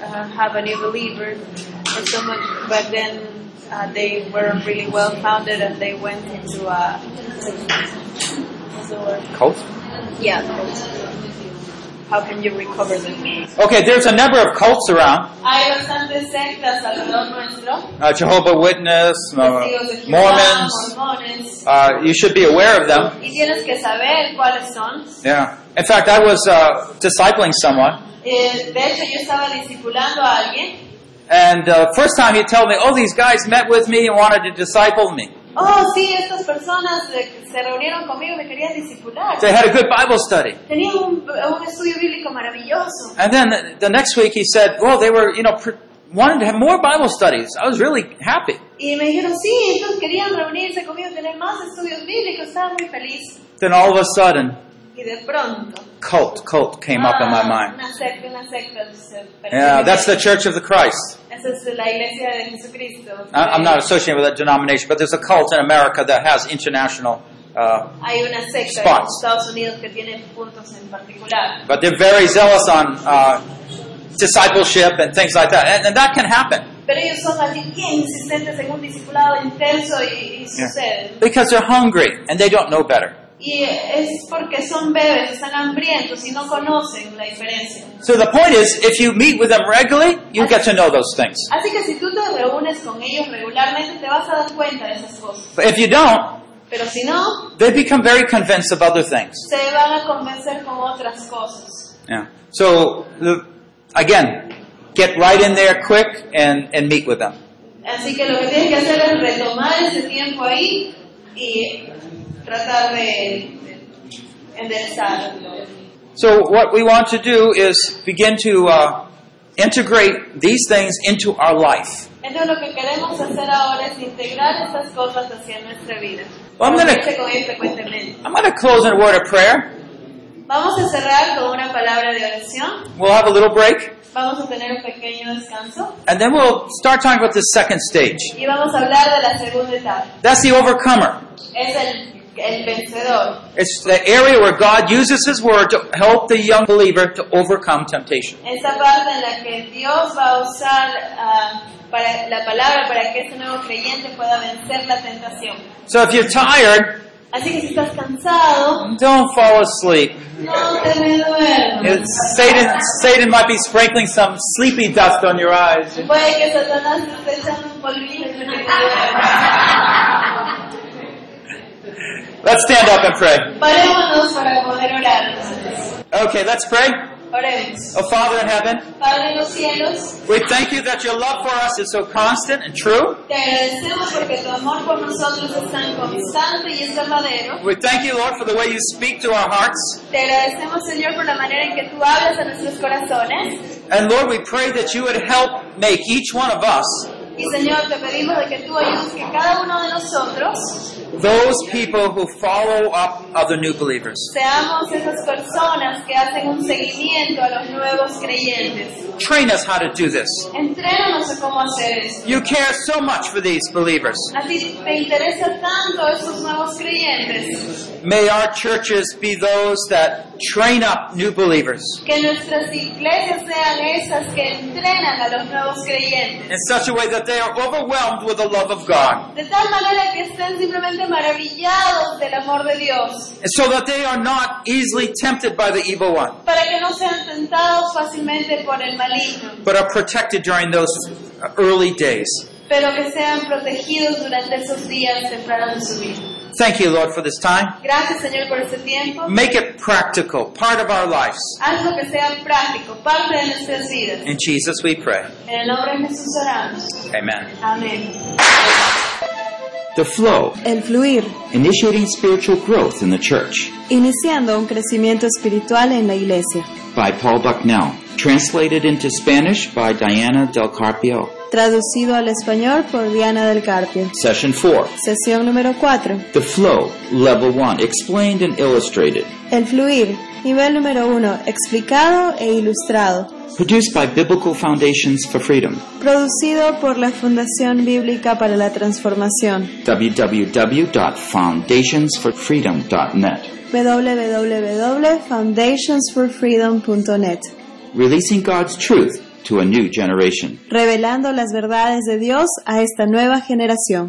D: uh, have a new believer or someone, but then uh, they were really well founded and they went into uh, a. what's the word?
C: Cult.
D: Yeah. How can you recover them?
C: Okay, there's a number of cults around.
D: Hay bastantes sectas alrededor nuestro,
C: Uh, Jehovah Witness, uh,
D: testigos de Jehová,
C: Mormons.
D: mormones,
C: Uh, you should be aware of them.
D: y tienes que saber cuáles son.
C: Yeah. In fact, I was uh, discipling someone,
D: Eh, de hecho, yo estaba discipulando a alguien.
C: and uh, first time he told me, "Oh, these guys met with me and wanted to disciple me.
D: Oh, sí, estas personas eh, se reunieron conmigo y me querían discipular.
C: They had a good Bible study."
D: Tenían un, un estudio bíblico maravilloso.
C: And then the, the next week he said, "Well, they were, you know, pr- wanted to have more Bible studies." I was really happy.
D: Y me dijeron, sí, ellos querían reunirse conmigo, tener más estudios bíblicos, estaba muy feliz.
C: Then all of a sudden,
D: Y de pronto,
C: cult, cult came up in my
D: ah,
C: mind.
D: una secta, una secta. se- pareció
C: Yeah,
D: que-
C: that's the Church of the Christ.
D: Esa es la iglesia de Jesucristo.
C: I- I'm not associated with that denomination, but there's a cult in America that has international, uh,
D: Hay una secta en
C: Spots.
D: Estados Unidos que tiene puntos en particular.
C: but they're very zealous on uh, discipleship and things like that, and, and that can happen
D: Pero ellos son así bien insistentes en un discipulado intenso y, y sucede.
C: because they're hungry and they don't know better.
D: Y es porque son bebés, están hambrientos y no conocen la diferencia.
C: So the point is, if you meet with them regularly, you get to know those things.
D: Así que si tú te reúnes con ellos regularmente te vas a dar cuenta de esas cosas.
C: But if you don't,
D: Pero si no,
C: they become very convinced of other things.
D: se van a convencer con otras cosas.
C: Yeah. So the, again, get right in there quick and, and meet with them.
D: Así que lo que tienes que hacer es retomar ese tiempo ahí y tratar de enderezarlo.
C: So what we want to do is begin to uh, integrate these things into our life.
D: Entonces lo que queremos hacer ahora es integrar estas cosas hacia nuestra vida.
C: Well, I'm gonna-
D: Reunirse con ellos frecuentemente.
C: I'm going to close in a word of prayer.
D: Vamos a cerrar con una palabra de oración.
C: We'll have a little break,
D: Vamos a tener un pequeño descanso
C: and then we'll start talking about the second stage.
D: y vamos a hablar de la segunda etapa.
C: That's the overcomer.
D: es el, el vencedor.
C: It's the area where God uses His Word to help the young believer to overcome temptation.
D: Esa parte en la que Dios va a usar ah, para la palabra para que ese nuevo creyente pueda vencer la tentación.
C: So if you're tired,
D: Así que si estás cansado,
C: don't fall asleep.
D: no te me duermas.
C: It's- Satan, Satan might be sprinkling some sleepy dust on your eyes.
D: Puede que Satanás te esté echando un polvillo y tú no te duermas.
C: Let's stand up and pray.
D: Parémonos para poder orar.
C: Okay, let's pray.
D: Oremos.
C: Oh, Father in heaven,
D: Padre en los cielos,
C: we thank you that your love for us is so constant and true.
D: te agradecemos porque tu amor por nosotros es tan constante y es verdadero.
C: We thank you, Lord, for the way you speak to our hearts.
D: Te agradecemos, Señor, por la manera en que tú hablas a nuestros corazones.
C: And Lord, we pray that you would help make each one of us
D: Y Señor, te pedimos de que tú ayudes que cada uno de nosotros
C: Those people who follow up other new believers.
D: seamos esas personas que hacen un seguimiento a los nuevos creyentes.
C: Train us how to do this.
D: Entrénanos a cómo hacer esto.
C: You care so much for these believers.
D: A ti te interesa tanto estos nuevos creyentes.
C: May our churches be those that train up new believers
D: Que nuestras iglesias sean esas que entrenan a los nuevos creyentes.
C: in such a way that they are overwhelmed with the love of God
D: De tal manera que estén simplemente maravillados del amor de Dios.
C: and so that they are not easily tempted by the evil one
D: para que no sean tentados fácilmente por el maligno,
C: but are protected during those early days.
D: pero que sean protegidos durante esos días tempranos de su vida.
C: Thank you, Lord, for this time.
D: Gracias Señor por este tiempo.
C: Make it practical, part of our lives.
D: Hazlo que sea práctico, parte de nuestras vidas.
C: In Jesus we pray.
D: En el nombre de Jesús oramos.
C: Amen.
D: Amén.
A: The flow,
B: El fluir,
A: initiating spiritual growth in the church
B: iniciando un crecimiento espiritual en la iglesia.
A: by Paul Bucknell, translated into Spanish by Diana Del Carpio.
B: Traducido al español por Diana del Carpio.
A: Session 4.
B: Sesión número 4.
A: The flow, level 1, explained and illustrated.
B: El fluir. Nivel número 1. Explicado e ilustrado.
A: Produced by Biblical Foundations for Freedom.
B: Producido por la Fundación Bíblica para la Transformación.
A: www.foundationsforfreedom.net.
B: www.foundationsforfreedom.net.
A: Releasing God's truth to a new generation.
B: Revelando las verdades de Dios a esta nueva generación.